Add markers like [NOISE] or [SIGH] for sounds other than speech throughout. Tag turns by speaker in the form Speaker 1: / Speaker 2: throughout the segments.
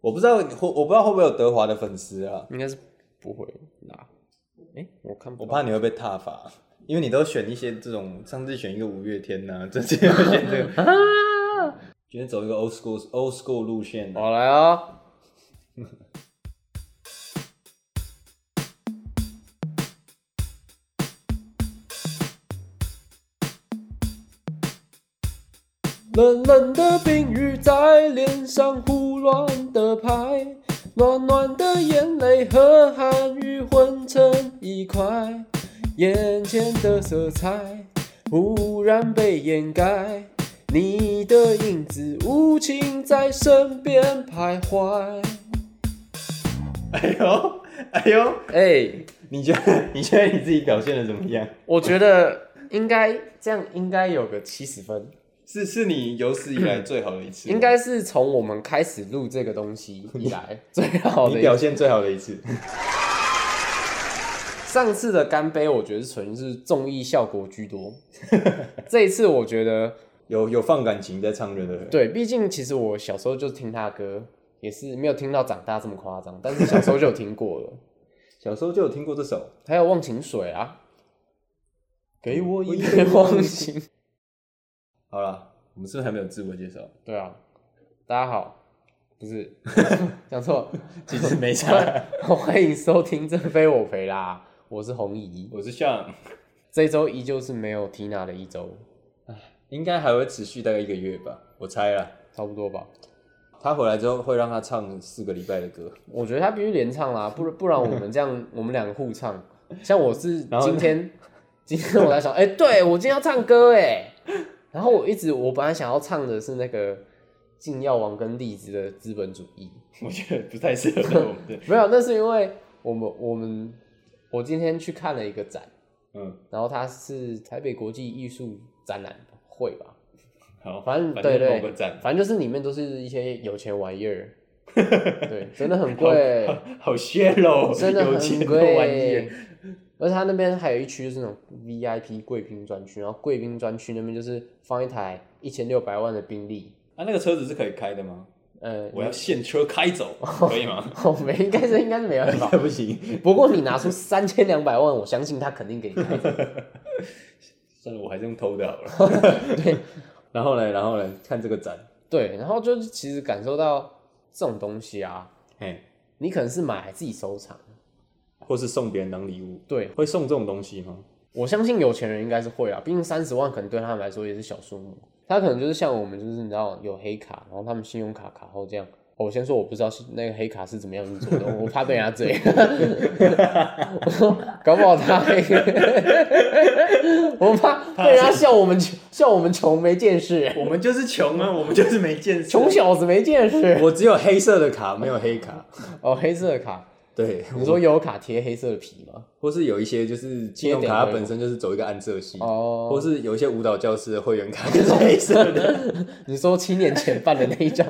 Speaker 1: 我不知道会，我不知道会不会有德华的粉丝啊？
Speaker 2: 应该是不会啦。哎、我看不
Speaker 1: 我
Speaker 2: 到
Speaker 1: 怕你会被踏伐，因为你都选一些这种，上次选一个五月天呐、 [LAUGHS] 这次又选这个，
Speaker 2: [LAUGHS]
Speaker 1: 今天走一个 old school old school 路线、
Speaker 2: 好来啊！ [LAUGHS] 冷冷的冰雨在脸上胡乱的拍，暖暖的眼泪和寒雨混成一块，眼前的色彩忽然被掩盖，你的影子无情在身边徘徊。
Speaker 1: [LAUGHS] 哎呦，哎呦，
Speaker 2: 哎、
Speaker 1: 你觉得你觉得你自己表现的怎么样？
Speaker 2: 我觉得应该这样，应该有个七十分，
Speaker 1: 是是你有史以来最好的一次吗，
Speaker 2: 应该是从我们开始录这个东西
Speaker 1: [LAUGHS]
Speaker 2: 以来最好
Speaker 1: 你
Speaker 2: 的一
Speaker 1: 表。现最好的一次。
Speaker 2: 上次的干杯，我觉得纯是综艺效果
Speaker 1: [LAUGHS]
Speaker 2: 居多，这一次我觉得
Speaker 1: 有有放感情在唱着的，
Speaker 2: 对，毕竟其实我小时候就听他的歌，也是没有听到长大这么夸张，但是小时候就有听过了。
Speaker 1: 小时候就有听过这首。
Speaker 2: 还有忘情水啊，给我一
Speaker 1: 我一杯
Speaker 2: 杯忘情。
Speaker 1: 好了，我们是不是还没有自我介绍？
Speaker 2: 对啊，大家好，不是 [LAUGHS] 讲错了，
Speaker 1: 其实没差。
Speaker 2: [LAUGHS] 欢欢迎收听《这非我陪》啦，我是红姨。
Speaker 1: 我是向，
Speaker 2: 这一周依旧是没有 Tina 的一周，
Speaker 1: 应该还会持续大概一个月吧，我猜啦。
Speaker 2: 差不多吧。
Speaker 1: 他回来之后会让他唱四个礼拜的歌，
Speaker 2: 我觉得他必须连唱啦，不然不然我们这样， [LAUGHS] 我们两个互唱。像我是
Speaker 1: 然后呢
Speaker 2: 今天，今天我在想，哎、对我今天要唱歌哎，然后我一直我本来想要唱的是那个禁药王跟栗子的《资本主义
Speaker 1: [LAUGHS] 我觉得不太适合在我们这。》，
Speaker 2: 没有，那是因为我们我们我今天去看了一个展，
Speaker 1: 嗯，
Speaker 2: 然后它是台北国际艺术展览会吧，
Speaker 1: 好，
Speaker 2: 反正
Speaker 1: 就
Speaker 2: 对对，
Speaker 1: 某个站，
Speaker 2: 反正就是里面都是一些有钱玩意儿，对，真的很贵，
Speaker 1: [LAUGHS] 好 shallow，
Speaker 2: 真的
Speaker 1: 有钱
Speaker 2: 很
Speaker 1: 的玩意
Speaker 2: 贵
Speaker 1: 儿。。
Speaker 2: 而且它那边还有一区就是那种 VIP 贵宾专区，然后贵宾专区那边就是放一台一千六百万的宾利，
Speaker 1: 啊，那个车子是可以开的吗？
Speaker 2: 呃，
Speaker 1: 我要现车开走，可以 [LAUGHS] 吗？
Speaker 2: 我没应该是应该是没办
Speaker 1: [LAUGHS]
Speaker 2: 法。
Speaker 1: 哦不行，
Speaker 2: 不过你拿出三千两百万，我相信他肯定给你开。
Speaker 1: 算了，我还是用偷的好 [LAUGHS] 了。
Speaker 2: 对
Speaker 1: 然后呢，然后呢，看这个展，
Speaker 2: 对，然后就是其实感受到这种东西啊，
Speaker 1: 哎，
Speaker 2: 你可能是买来自己收藏，
Speaker 1: 或是送别人当礼物，
Speaker 2: 对，
Speaker 1: 会送这种东西吗？
Speaker 2: 我相信有钱人应该是会啊，毕竟三十万可能对他们来说也是小数目。他可能就是像我们，就是你知道有黑卡，然后他们信用卡卡后这样。哦我先说我不知道是那个黑卡是怎么样运作的，我怕被人家追。 [LAUGHS] 我说搞不好他黑，我怕被人家笑我们穷笑我们穷没见识，
Speaker 1: 我们就是穷啊，我们就是没见识
Speaker 2: 穷小子没见识。
Speaker 1: [LAUGHS] 我只有黑色的卡，没有黑 [LAUGHS] 卡。
Speaker 2: 哦，黑色的卡，
Speaker 1: 对，
Speaker 2: 你说有卡贴黑色的皮吗？
Speaker 1: 或是有一些就是信用卡，它本身就是走一个暗色系，
Speaker 2: 哦
Speaker 1: 或是有一些舞蹈教室的会员卡 [LAUGHS] 就是黑色的。
Speaker 2: [LAUGHS] 你说七年前办的那
Speaker 1: [LAUGHS]
Speaker 2: 一张，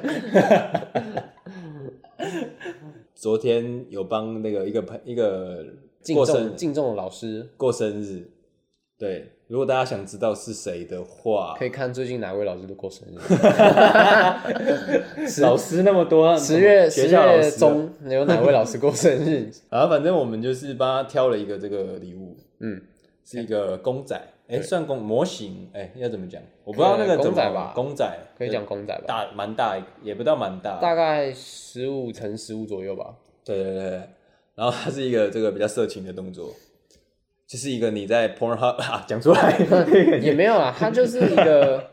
Speaker 1: 昨天有帮那个一个朋一个
Speaker 2: 敬
Speaker 1: 过生
Speaker 2: 重敬重的老师，
Speaker 1: 过生日，对，如果大家想知道是谁的话
Speaker 2: 可，以看最近哪位老师都过
Speaker 1: [LAUGHS]
Speaker 2: 生日。
Speaker 1: 老师那么多，
Speaker 2: 十月
Speaker 1: 嗯学
Speaker 2: 十
Speaker 1: 校老
Speaker 2: 月
Speaker 1: 师
Speaker 2: 中有哪位老师过生日？
Speaker 1: 啊，反正我们就是帮他挑了一个这个礼物，
Speaker 2: 嗯，
Speaker 1: 是一个公仔，哎，
Speaker 2: 对
Speaker 1: 算公模型，哎，要怎么讲？我不知道那个
Speaker 2: 呃
Speaker 1: 怎么
Speaker 2: 公仔吧
Speaker 1: 公仔
Speaker 2: 可以讲公仔吧，
Speaker 1: 大蛮大，也不到蛮大，
Speaker 2: 大概十五乘十五左右吧。
Speaker 1: 对对对，对然后它是一个这个比较色情的动作，就是一个你在 Pornhub 啊讲出
Speaker 2: [LAUGHS]
Speaker 1: 来，
Speaker 2: 也没有啦，它就是
Speaker 1: [LAUGHS]
Speaker 2: 一个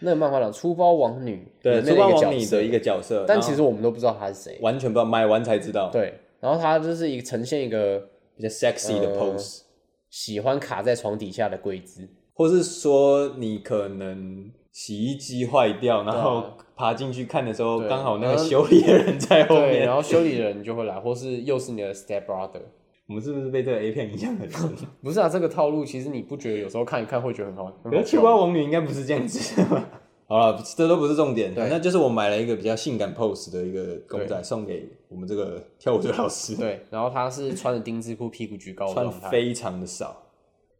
Speaker 2: 那个漫画了，粗包王女
Speaker 1: 对，
Speaker 2: 里面
Speaker 1: 粗暴
Speaker 2: 的一个角
Speaker 1: 王你
Speaker 2: 色
Speaker 1: 的一个角色，
Speaker 2: 但
Speaker 1: 然后
Speaker 2: 其实我们都不知道他是谁。
Speaker 1: 完全不知道，买完才知道，，
Speaker 2: 对，然后他就是一个呈现一个
Speaker 1: 比较 sexy 的
Speaker 2: 呃
Speaker 1: pose，、
Speaker 2: 喜欢卡在床底下的跪姿，
Speaker 1: 或是说你可能洗衣机坏掉，然后爬进去看的时候，
Speaker 2: 啊对
Speaker 1: 刚好那个修理的人在后
Speaker 2: 对，
Speaker 1: 面
Speaker 2: 然，后修理人就会来，或是又是你的 step brother。
Speaker 1: 我们是不是被这个 A 片影响很深？
Speaker 2: 不是啊，这个套路其实你不觉得有时候看一看会觉得很好，很
Speaker 1: 可
Speaker 2: 好
Speaker 1: 是秋
Speaker 2: 笑
Speaker 1: 瓜王女应该不是这样子的吧。 [LAUGHS] 好了，这都不是重点，
Speaker 2: 对
Speaker 1: 反正就是我买了一个比较性感 pose 的一个公仔，送给我们这个跳舞的老师，
Speaker 2: 对，然后他是穿着丁字裤，屁股举高的
Speaker 1: [LAUGHS] 穿
Speaker 2: 状态，
Speaker 1: 非常的少。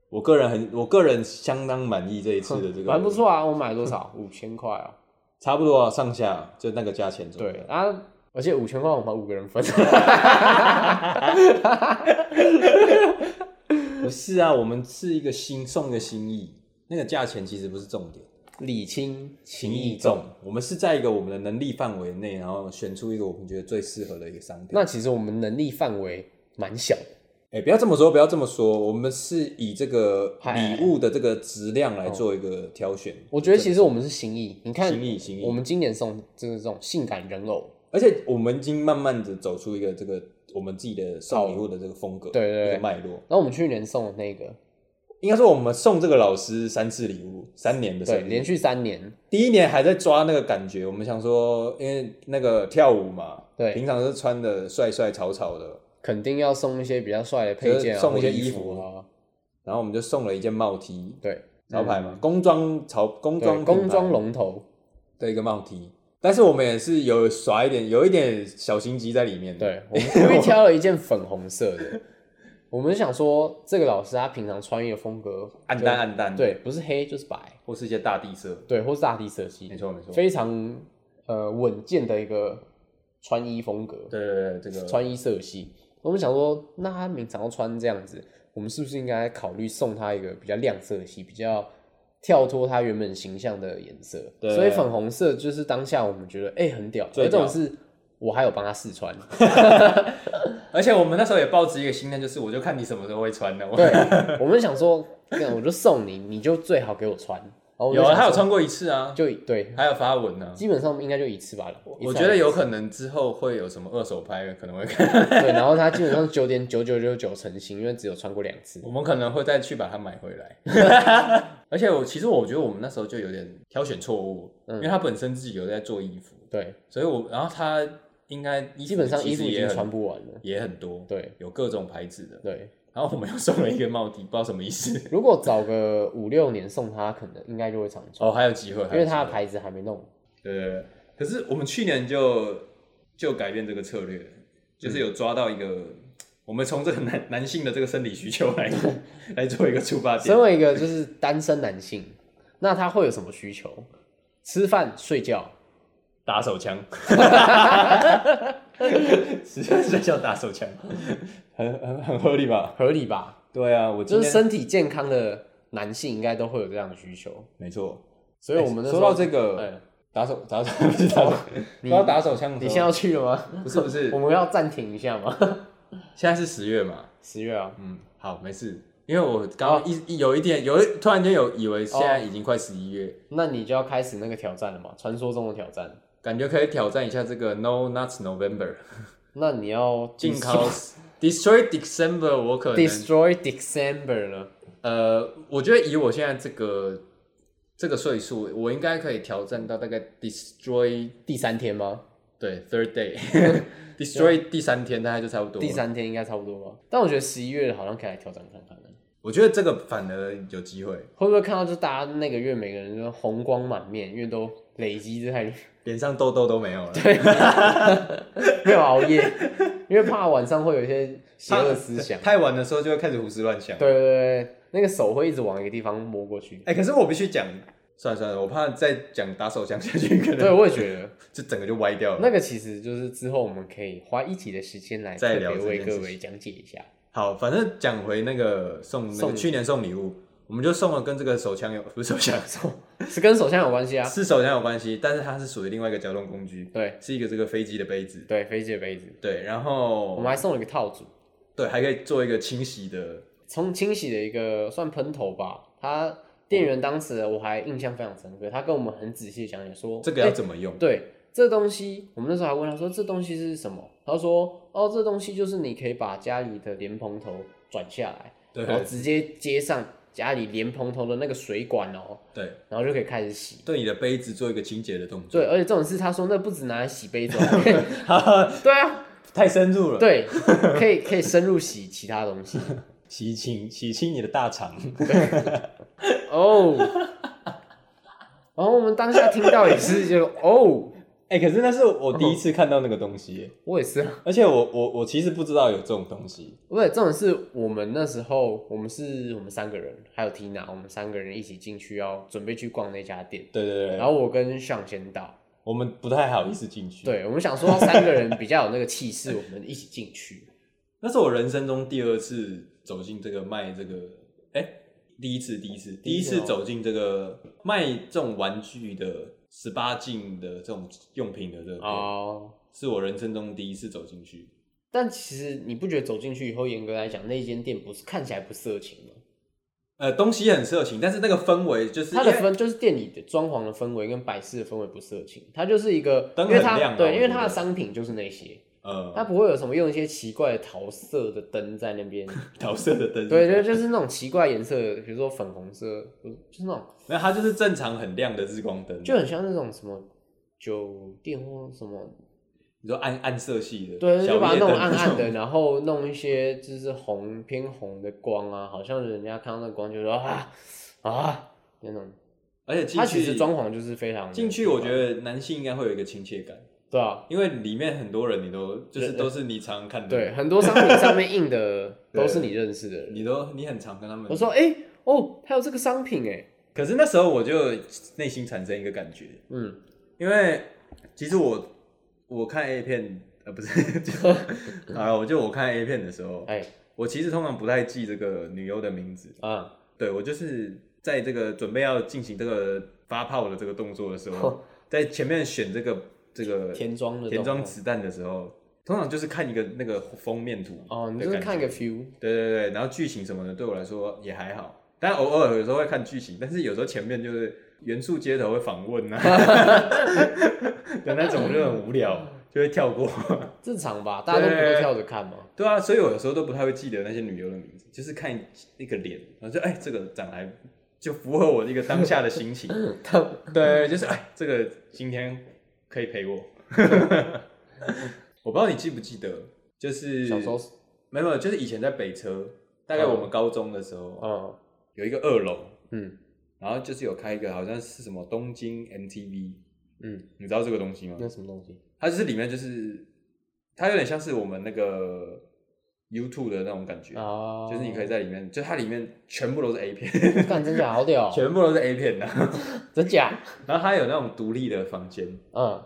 Speaker 1: 我个人很，我个人相当满意这一次的 [LAUGHS] 这个，
Speaker 2: 蛮不
Speaker 1: [LAUGHS]
Speaker 2: 错啊，我买多少？五千块啊。
Speaker 1: 差不多啊上下就那个价钱左右。
Speaker 2: 对啊，而且五千块我们五
Speaker 1: [LAUGHS]
Speaker 2: 个人分，
Speaker 1: 不是啊，我们是一个心送一个心意，那个价钱其实不是重点，
Speaker 2: 礼轻情
Speaker 1: 情
Speaker 2: 意
Speaker 1: 意
Speaker 2: 重。
Speaker 1: 重。我们是在一个我们的能力范围内，然后选出一个我们觉得最适合的一个商品。
Speaker 2: 那其实我们能力范围蛮小的，
Speaker 1: 哎、不要这么说，不要这么说，我们是以这个
Speaker 2: 嗨
Speaker 1: 礼物的这个质量来做一个挑选。
Speaker 2: 我觉得其实我们是心意。你看，
Speaker 1: 心意心意
Speaker 2: 我们今年送就是这种性感人偶，
Speaker 1: 而且我们已经慢慢的走出一个这个我们自己的送礼物的这个风格，
Speaker 2: 哦对对对
Speaker 1: 一个脉络。
Speaker 2: 然后我们去年送的那个，
Speaker 1: 应该说我们送这个老师三次礼物，三年的生
Speaker 2: 对，
Speaker 1: 日
Speaker 2: 连续三年，
Speaker 1: 第一年还在抓那个感觉，我们想说，因为那个跳舞嘛，
Speaker 2: 对
Speaker 1: 平常是穿的帅帅潮潮的，
Speaker 2: 肯定要送一些比较帅的配
Speaker 1: 就
Speaker 2: 件啊，
Speaker 1: 是送一些
Speaker 2: 或者衣
Speaker 1: 衣服
Speaker 2: 啊，
Speaker 1: 然后我们就送了一件帽 T，
Speaker 2: 对，
Speaker 1: 潮牌嘛，工装潮工装
Speaker 2: 嗯对，工
Speaker 1: 品牌
Speaker 2: 装龙头，
Speaker 1: 的一个帽 T，但是我们也是有耍一点，有一点小心机在里面。，
Speaker 2: 对，
Speaker 1: [LAUGHS]
Speaker 2: 我们故意挑了一件粉红色的。我们想说，这个老师他平常穿衣的风格
Speaker 1: 暗淡暗淡，
Speaker 2: 就，对，不是黑就是白，
Speaker 1: 或是一些大地色，
Speaker 2: 对，或是大地色系
Speaker 1: 没，错没错。
Speaker 2: 非常呃稳健的一个穿衣风格，
Speaker 1: 对对对，这个
Speaker 2: 穿衣色系。我们想说，那他平常要穿这样子，我们是不是应该考虑送他一个比较亮色系，比较跳脱他原本形象的颜色？
Speaker 1: 对
Speaker 2: 所以粉红色就是当下我们觉得哎、很屌，
Speaker 1: 最
Speaker 2: 而这种
Speaker 1: 屌
Speaker 2: 是我还有帮他试穿，
Speaker 1: 而且我们那时候也抱持一个心态，就是我就看你什么时候会穿的。我
Speaker 2: 对，我们想说，干我就送你，你就最好给我穿。然后我们
Speaker 1: [LAUGHS] 有
Speaker 2: 就
Speaker 1: 啊，
Speaker 2: 想
Speaker 1: 他有
Speaker 2: 说，
Speaker 1: 穿过一次啊，
Speaker 2: 就对，
Speaker 1: 还有发文呢、啊。
Speaker 2: 基本上应该就一次吧。一次
Speaker 1: 我
Speaker 2: 还
Speaker 1: 觉得
Speaker 2: 是
Speaker 1: 有可能之后会有什么二手拍，可能会。
Speaker 2: 对，然后他基本上九点九九九九成型，因为只有穿过两次
Speaker 1: 我们可能会再去把它买回
Speaker 2: [LAUGHS]
Speaker 1: 来。而且我其实我觉得我们那时候就有点挑选错误，
Speaker 2: 嗯
Speaker 1: 因为他本身自己有在做衣服，
Speaker 2: 对，
Speaker 1: 所以我然后他应该衣服
Speaker 2: 基本上衣
Speaker 1: 其
Speaker 2: 服
Speaker 1: 实
Speaker 2: 已
Speaker 1: 也
Speaker 2: 经
Speaker 1: 很
Speaker 2: 穿不完了。
Speaker 1: 也很多，
Speaker 2: 对
Speaker 1: 有各种牌子的。
Speaker 2: 对，
Speaker 1: 然后我们又送了一个帽 T，不知道什么意思。
Speaker 2: 如果早个五六年送他，可能应该就会常穿，
Speaker 1: 哦，还有机会，还有
Speaker 2: 因为
Speaker 1: 机会
Speaker 2: 他的牌子还没弄。
Speaker 1: 对对对。可是我们去年就就改变这个策略，
Speaker 2: 嗯
Speaker 1: 就是有抓到一个，我们从这个男男性的这个生理需求
Speaker 2: [LAUGHS]
Speaker 1: 来来做一个出发点
Speaker 2: 身。为一个就是单身男性，那他会有什么需求？吃饭、睡觉，
Speaker 1: 打手
Speaker 2: [LAUGHS]
Speaker 1: 枪，实在是在叫打手枪，很很很合理吧？
Speaker 2: 合理吧？
Speaker 1: 对啊，我今
Speaker 2: 就
Speaker 1: 天
Speaker 2: 是身体健康的男性应该都会有这样的需求。
Speaker 1: 没错。
Speaker 2: 所以我们那
Speaker 1: 哎
Speaker 2: 时
Speaker 1: 说
Speaker 2: 候
Speaker 1: 到这个
Speaker 2: 哎
Speaker 1: 打手打手不是打手，
Speaker 2: 你
Speaker 1: 说到打手枪的时候，
Speaker 2: 你现在要去了吗？
Speaker 1: 不是不是
Speaker 2: 我，们要暂停一下吗？
Speaker 1: 现在是十月嘛？
Speaker 2: [LAUGHS] 十月啊，
Speaker 1: 嗯，好，没事，因为我刚
Speaker 2: 哦
Speaker 1: 刚一一有一点有一突然间有以为现在已经快十一月，
Speaker 2: 那你就要开始那个挑战了嘛，传说中的挑战。
Speaker 1: 感觉可以挑战一下这个 No Nuts November，
Speaker 2: 那你要
Speaker 1: 禁靠 Destroy December，我可能
Speaker 2: destroy December 呢？
Speaker 1: 呃，我觉得以我现在这个这个岁数，我应该可以挑战到大概 destroy
Speaker 2: 第三天吗？
Speaker 1: 对 third day
Speaker 2: [LAUGHS]
Speaker 1: destroy 第三天，大概就差不多。
Speaker 2: 第，三天应该差不多吧。但我觉得十一月好像可以来挑战看看呢
Speaker 1: 我觉得这个反而有机会，
Speaker 2: 会不会看到就大家那个月每个人都红光满面，因为都累积在
Speaker 1: 脸上痘痘都没有了。
Speaker 2: 没有熬夜，因为怕晚上会有一些邪恶思想。
Speaker 1: 太晚的时候就会开始胡思乱想。
Speaker 2: 对对对，对那个手会一直往一个地方摸过去。 [LAUGHS]
Speaker 1: 哎、可是我必须讲，算了算了，我怕再讲打手枪下去，可
Speaker 2: 对，
Speaker 1: 能
Speaker 2: 我也觉得。
Speaker 1: 就整个就歪掉了。
Speaker 2: 那个其实就是之后我们可以花一集的时间来
Speaker 1: 再
Speaker 2: 特
Speaker 1: 聊
Speaker 2: 别
Speaker 1: 这
Speaker 2: 为
Speaker 1: 件
Speaker 2: 各
Speaker 1: 事
Speaker 2: 位讲解一下。
Speaker 1: 好，反正讲回那个送那
Speaker 2: 送
Speaker 1: 个
Speaker 2: 礼
Speaker 1: 去年送礼物，我们就送了跟这个手枪有不是手枪，
Speaker 2: 是跟手枪有关系啊？
Speaker 1: 是手枪有关系，但是它是属于另外一个交通工具。
Speaker 2: 对
Speaker 1: 是一个这个飞机的杯子，
Speaker 2: 对，飞机的杯子，
Speaker 1: 对，然
Speaker 2: 我
Speaker 1: 后
Speaker 2: 们还送了一个套组，
Speaker 1: 对还可以做一个清洗的，
Speaker 2: 从清洗的一个算喷头吧。他店员当时我还印象非常深刻，他跟我们很仔细地讲解说
Speaker 1: 这个要
Speaker 2: 哎
Speaker 1: 怎么用？
Speaker 2: 对这东西，我们那时候还问他说这东西是什么，他说哦这东西就是你可以把家里的莲蓬头转下来，
Speaker 1: 对
Speaker 2: 然后直接接上家里莲蓬头的那个水管哦，
Speaker 1: 对
Speaker 2: 然后就可以开始洗。
Speaker 1: 对，你的杯子做一个清洁的动作，
Speaker 2: 对，而且这种事，他说那不止拿来洗 [LAUGHS] 杯子哦，可以对啊，
Speaker 1: 太深入了，
Speaker 2: 对，可以可以深入洗其他东西
Speaker 1: 洗清洗清你的大肠，
Speaker 2: 哦。然后我们当下听到也是就哦，
Speaker 1: 哎、可是那是我第一次看到那个东西耶，
Speaker 2: 我也是啊，
Speaker 1: 而且我我我其实不知道有这种东西，
Speaker 2: 不对，这种是我们那时候我们是我们三个人，还有 Tina，我们三个人一起进去要准备去逛那家店，
Speaker 1: 对对对，
Speaker 2: 然后我跟尚先到，
Speaker 1: 我们不太好意思进去。，
Speaker 2: 对，我们想说三个人比较有那个气势，我们一起进去。
Speaker 1: 那是我人生中第二次走进这个卖这个，哎、第一次，第一次，第
Speaker 2: 第
Speaker 1: 一
Speaker 2: 一次
Speaker 1: 次
Speaker 2: 哦
Speaker 1: 走进这个卖这种玩具的十八禁的这种用品的这个店，
Speaker 2: 哦，
Speaker 1: 是我人生中第一次走进去。
Speaker 2: 但其实你不觉得走进去以后，严格来讲，那间店不是看起来不色情吗？
Speaker 1: 呃，东西很色情，但是那个氛围就是
Speaker 2: 它的
Speaker 1: 因为
Speaker 2: 氛就是店里的装潢的氛围跟摆饰的氛围不色情，它就是一个，
Speaker 1: 灯
Speaker 2: 因为
Speaker 1: 很
Speaker 2: 它
Speaker 1: 亮啊我
Speaker 2: 对，因为
Speaker 1: 觉
Speaker 2: 它
Speaker 1: 得
Speaker 2: 的商品就是那些，它
Speaker 1: [LAUGHS] 呃
Speaker 2: 不会有什么用一些奇怪的桃色的灯在那
Speaker 1: [LAUGHS]
Speaker 2: 边，
Speaker 1: 桃色的灯，
Speaker 2: 对，就就是那种奇怪颜色的，比如说粉红色，就是那种
Speaker 1: 那它就是正常很亮的日光灯，
Speaker 2: 就很像那种什么酒店或什么，
Speaker 1: 你说暗暗色系的，
Speaker 2: 对，
Speaker 1: 小
Speaker 2: 就把它
Speaker 1: 夜
Speaker 2: 弄
Speaker 1: 灯
Speaker 2: 暗
Speaker 1: 那
Speaker 2: 暗
Speaker 1: 种
Speaker 2: 的，然后弄一些就是红偏红的光啊，好像人家看到那光就说啊啊那种，
Speaker 1: 而且进
Speaker 2: 它
Speaker 1: 去
Speaker 2: 其实装潢就是非常
Speaker 1: 进去，我觉得男性应该会有一个亲切感，
Speaker 2: 对啊，
Speaker 1: 因为里面很多人你都就是
Speaker 2: 对
Speaker 1: 都是你常看的，
Speaker 2: 对，，很多商品上面
Speaker 1: [LAUGHS]
Speaker 2: 印的都是你认识的人。
Speaker 1: 你都你很常跟他们。
Speaker 2: 我说，，哎、哦，还有这个商品，哎，
Speaker 1: 可是那时候我就内心产生一个感觉，
Speaker 2: 嗯，
Speaker 1: 因为其实我我看 A 片，呃，不是， [LAUGHS] 就好了，我就我看 A 片的时候，
Speaker 2: 哎，
Speaker 1: 我其实通常不太记这个女优的名字，
Speaker 2: 啊，
Speaker 1: 对我就是在这个准备要进行这个发炮的这个动作的时候，
Speaker 2: [LAUGHS]
Speaker 1: 在前面选这个这个
Speaker 2: 填装的
Speaker 1: 嗯填
Speaker 2: 东
Speaker 1: 装
Speaker 2: 西
Speaker 1: 子弹的时候，通常就是看一个那个封面图
Speaker 2: 哦，你
Speaker 1: 的
Speaker 2: 就是
Speaker 1: 感觉
Speaker 2: 看一个 feel，
Speaker 1: 对对对，然后剧情什么的对我来说也还好，但偶尔有时候会看剧情，但是有时候前面就是元素街头会访问啊的那种就很无聊，就会跳过。
Speaker 2: 正常吧？大家都不都
Speaker 1: 对
Speaker 2: 跳着看吗？
Speaker 1: 对啊，所以我有时候都不太会记得那些女优的名字，就是看一个脸，然后就哎、这个长得还就符合我一个当下的心情。
Speaker 2: [LAUGHS]
Speaker 1: 对，就是哎这个今天可以陪我。 [LAUGHS] 我不知道你记不记得， [LAUGHS] 就是
Speaker 2: 小时候，
Speaker 1: 没有，没有就是以前在北车，大
Speaker 2: 哦
Speaker 1: 概我们高中的时候，
Speaker 2: 嗯
Speaker 1: 有一个二楼，
Speaker 2: 嗯
Speaker 1: 然后就是有开一个好像是什么东京 MTV，
Speaker 2: 嗯，
Speaker 1: 你知道这个东西吗？
Speaker 2: 那什么东西？
Speaker 1: 它就是里面就是它有点像是我们那个 YouTube 的那种感觉，
Speaker 2: 啊，
Speaker 1: 哦就是你可以在里面，就它里面全部都是 A 片，
Speaker 2: [LAUGHS] 干，真假
Speaker 1: [LAUGHS]
Speaker 2: 好屌，哦
Speaker 1: 全部都是 A 片的、啊
Speaker 2: 真假？
Speaker 1: 然后它有那种独立的房间，
Speaker 2: 嗯，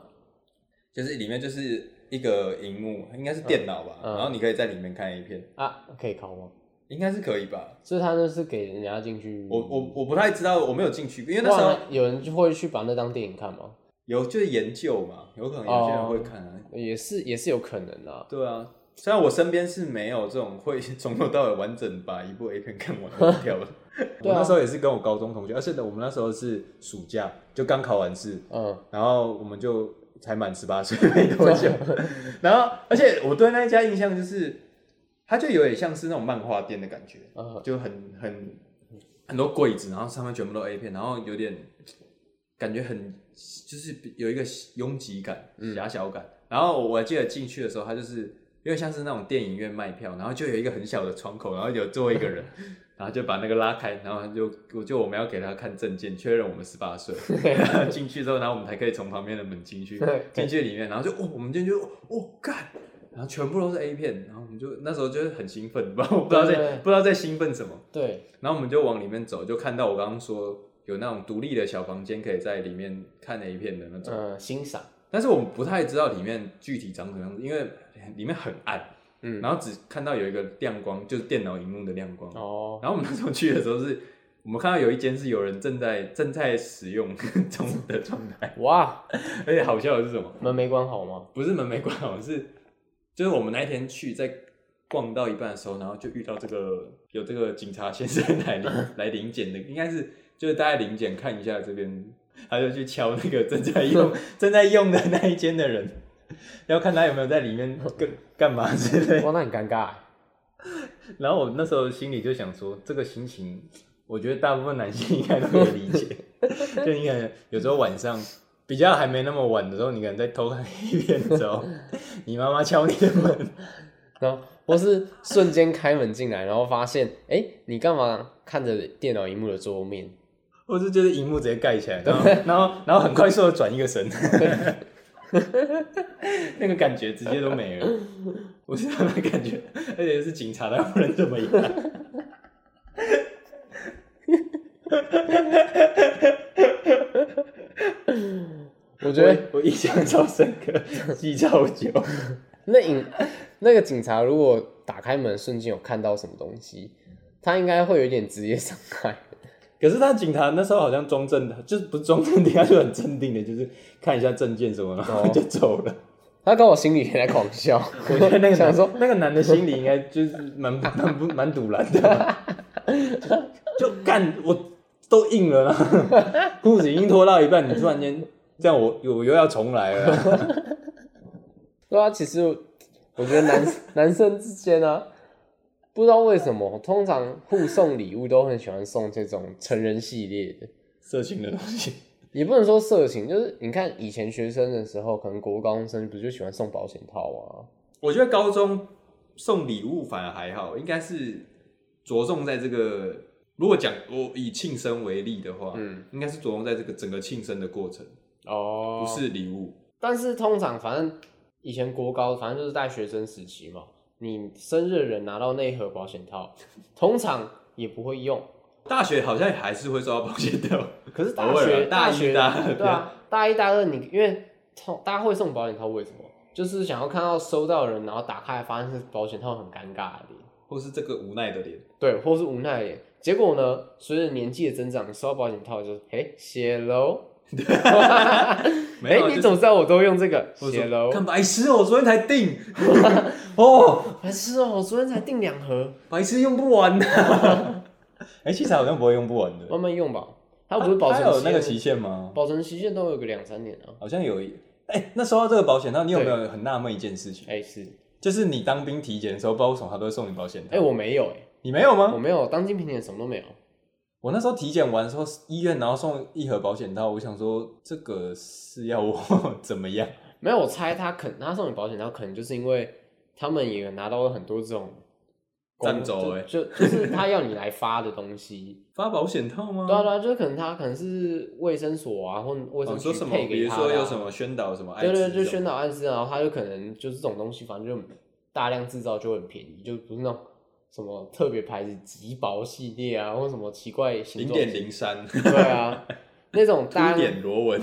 Speaker 1: 就是里面就是一个荧幕，应该是电脑吧，
Speaker 2: 嗯嗯
Speaker 1: 然后你可以在里面看 A 片，
Speaker 2: 啊，可以考吗？
Speaker 1: 应该是可以吧？
Speaker 2: 所以他那是给人家进去，
Speaker 1: 我我我不太知道，我没有进去，因为那时
Speaker 2: 哇，
Speaker 1: 候
Speaker 2: 那有人就会去把那当电影看吗？
Speaker 1: 有就是研究嘛，有可能有些人
Speaker 2: 哦
Speaker 1: 会看啊，
Speaker 2: 也是也是有可能啊，
Speaker 1: 对啊，虽然我身边是没有这种会 [LAUGHS] 从头到尾完整把一部 A 片看完的跳的。
Speaker 2: [LAUGHS]
Speaker 1: 我
Speaker 2: 对啊
Speaker 1: 那时候也是跟我高中同学，而且呢，我们那时候是暑假，就刚考完试，
Speaker 2: 嗯，
Speaker 1: 然后我们就才满十八岁
Speaker 2: [LAUGHS]
Speaker 1: 没多久，然后而且我对那一家印象就是，它就有点像是那种漫画店的感觉，
Speaker 2: 嗯
Speaker 1: 就很很很多柜子，然后上面全部都 A 片，然后有点感觉很就是有一个拥挤感、狭小感。然后我还记得进去的时候，它就是因为像是那种电影院卖票，然后就有一个很小的窗口，然后有坐一个人，然后就把那个拉开，然后就我就我们要给他看证件，确认我们十八岁。
Speaker 2: [LAUGHS]
Speaker 1: 进去之后，然后我们才可以从旁边的门进去
Speaker 2: 对，
Speaker 1: 进去里面，然后就哦，我们进去就哦干。然后全部都是 A 片，然后我们就那时候就是很兴奋，不知道不知道
Speaker 2: 对对
Speaker 1: 在
Speaker 2: 对
Speaker 1: 不知道在兴奋什么。
Speaker 2: 对，
Speaker 1: 然后我们就往里面走，就看到我刚刚说有那种独立的小房间，可以在里面看 A 片的那种。
Speaker 2: 嗯，欣赏，
Speaker 1: 但是我们不太知道里面具体长什么样子，因为里面很暗，
Speaker 2: 嗯，
Speaker 1: 然后只看到有一个亮光，就是电脑荧幕的亮光。
Speaker 2: 哦，
Speaker 1: 然后我们那时候去的时候是，我们看到有一间是有人正在正在使用 [LAUGHS] 中的状
Speaker 2: 哎
Speaker 1: 态，
Speaker 2: 哇，
Speaker 1: [LAUGHS] 而且好笑的是什么？
Speaker 2: 门没关好吗？
Speaker 1: 不是门没关好，是就是我们那一天去在逛到一半的时候，然后就遇到这个有这个警察先生来领来领检的，应该是就是大家领检看一下这边，他就去敲那个正在用正在用的那一间的人，要看他有没有在里面干干嘛之类。
Speaker 2: 哇，那很尴尬欸。
Speaker 1: 然后我那时候心里就想说，这个心情，我觉得大部分男性应该都可以理解，就你可能有时候晚上。比较还没那么晚的时候，你可能在偷看 A 片的时候， [LAUGHS] 你妈妈敲你的门，
Speaker 2: 然后或是瞬间开门进来，然后发现，哎、你干嘛看着电脑荧幕的桌面？
Speaker 1: 或是就是荧幕直接盖起来，然后然后然后很快速的转一个身， [LAUGHS] 那个感觉直接都没了。我是那个感觉，而且是警察，他不能这么演。
Speaker 2: 我我觉得
Speaker 3: 我我印象超深刻，记超久。
Speaker 2: 那警 [LAUGHS] 那个警察如果打开门瞬间有看到什么东西，他应该会有一点职业伤害。
Speaker 3: 可是他警察那时候好像装镇，就是不是装镇定，他就很镇定的，就是看一下证件什么，然后就走了。
Speaker 2: 他跟我心里也在狂笑，
Speaker 3: 哦我觉得那个
Speaker 2: 想
Speaker 3: 男
Speaker 2: 说，
Speaker 3: [LAUGHS] 那个男的心里应该就是蛮 [LAUGHS] 蛮不蛮堵然的， [LAUGHS] 就就干我都硬了啦， [LAUGHS] 裤子已经脱到一半，你突然间这样我，我又要重来了啦。
Speaker 2: 对啊，其实我觉得男男生 [LAUGHS] 之间啊，不知道为什么，通常互送礼物都很喜欢送这种成人系列的，
Speaker 3: 色情的东西，
Speaker 2: 也不能说色情，就是你看以前学生的时候，可能国高中生不就喜欢送保险套啊？
Speaker 1: 我觉得高中送礼物反而还好，应该是着重在这个。如果讲我以庆生为例的话，
Speaker 2: 嗯，
Speaker 1: 应该是着重在这个整个庆生的过程，
Speaker 2: 哦
Speaker 1: 不是礼物。
Speaker 2: 但是通常反正以前国高，反正就是在学生时期嘛，你生日的人拿到那一盒保险套，通常也不会用。
Speaker 1: 大学好像还是会收到保险套，
Speaker 2: 可是大
Speaker 1: [LAUGHS] 偶尔
Speaker 2: 学
Speaker 1: 啊大
Speaker 2: 学
Speaker 1: 一大二
Speaker 2: 对啊，大一大二你因为通大家会送保险套，为什么？就是想要看到收到的人，然后打开来发现是保险套，很尴尬的脸，
Speaker 1: 或是这个无奈的脸。
Speaker 2: 对，或是无奈的脸。结果呢，随着年纪的增长，收到保险套就是哎写喽， [LAUGHS] 哎、
Speaker 1: 有啊
Speaker 2: 你
Speaker 1: 就
Speaker 2: 怎么知道我都用这个
Speaker 1: 或者
Speaker 2: 写
Speaker 1: 说
Speaker 2: 喽？
Speaker 1: 看白痴哦、我昨天才订， [LAUGHS] 哦，
Speaker 2: 还是哦，我昨天才订两盒，
Speaker 1: 白痴用不完啊的、
Speaker 3: 哎、器材好像不会用不完的。
Speaker 2: 慢慢用吧。它不是保
Speaker 3: 它
Speaker 2: 存
Speaker 3: 有那个
Speaker 2: 期
Speaker 3: 期限吗？
Speaker 2: 保存期限都有个两三年啊。
Speaker 3: 好像有一。哎、那说到这个保险套，你有没有很纳闷一件事情？
Speaker 2: 哎、是，
Speaker 3: 就是你当兵体检的时候，不知道为什么他都会送你保险套。
Speaker 2: 哎、我没有哎、
Speaker 3: 你没有吗？
Speaker 2: 我没有当今平年什么都没有。
Speaker 3: 我那时候体检完之后，医院然后送一盒保险套，我想说这个是要我 [LAUGHS] 怎么样？
Speaker 2: 没有，我猜他肯他送你保险套，可能就是因为他们也拿到了很多这种公
Speaker 1: 赞助欸
Speaker 2: 就就就是他要你来发的东 [LAUGHS] 西。
Speaker 1: 发保险套吗？
Speaker 2: 对啊对啊，就是可能他可能是卫生所啊，或卫
Speaker 1: 哦
Speaker 2: 生
Speaker 1: 你
Speaker 2: 局
Speaker 1: 说什么？
Speaker 2: 配
Speaker 1: 比
Speaker 2: 给
Speaker 1: 如
Speaker 2: 他的啊、
Speaker 1: 说有什么宣导什么艾
Speaker 2: 对
Speaker 1: 滋这
Speaker 2: 对，
Speaker 1: 种？
Speaker 2: 就宣导暗示，然后他就可能就是这种东西，反正就大量制造就很便宜，就不是那种什么特别牌子极薄系列啊，或什么奇怪形
Speaker 1: 零
Speaker 2: 状
Speaker 1: 点零三，
Speaker 2: 系列，对 [LAUGHS] 啊，那种大
Speaker 1: 污
Speaker 2: 量
Speaker 1: 点螺
Speaker 2: [LAUGHS]
Speaker 1: 纹。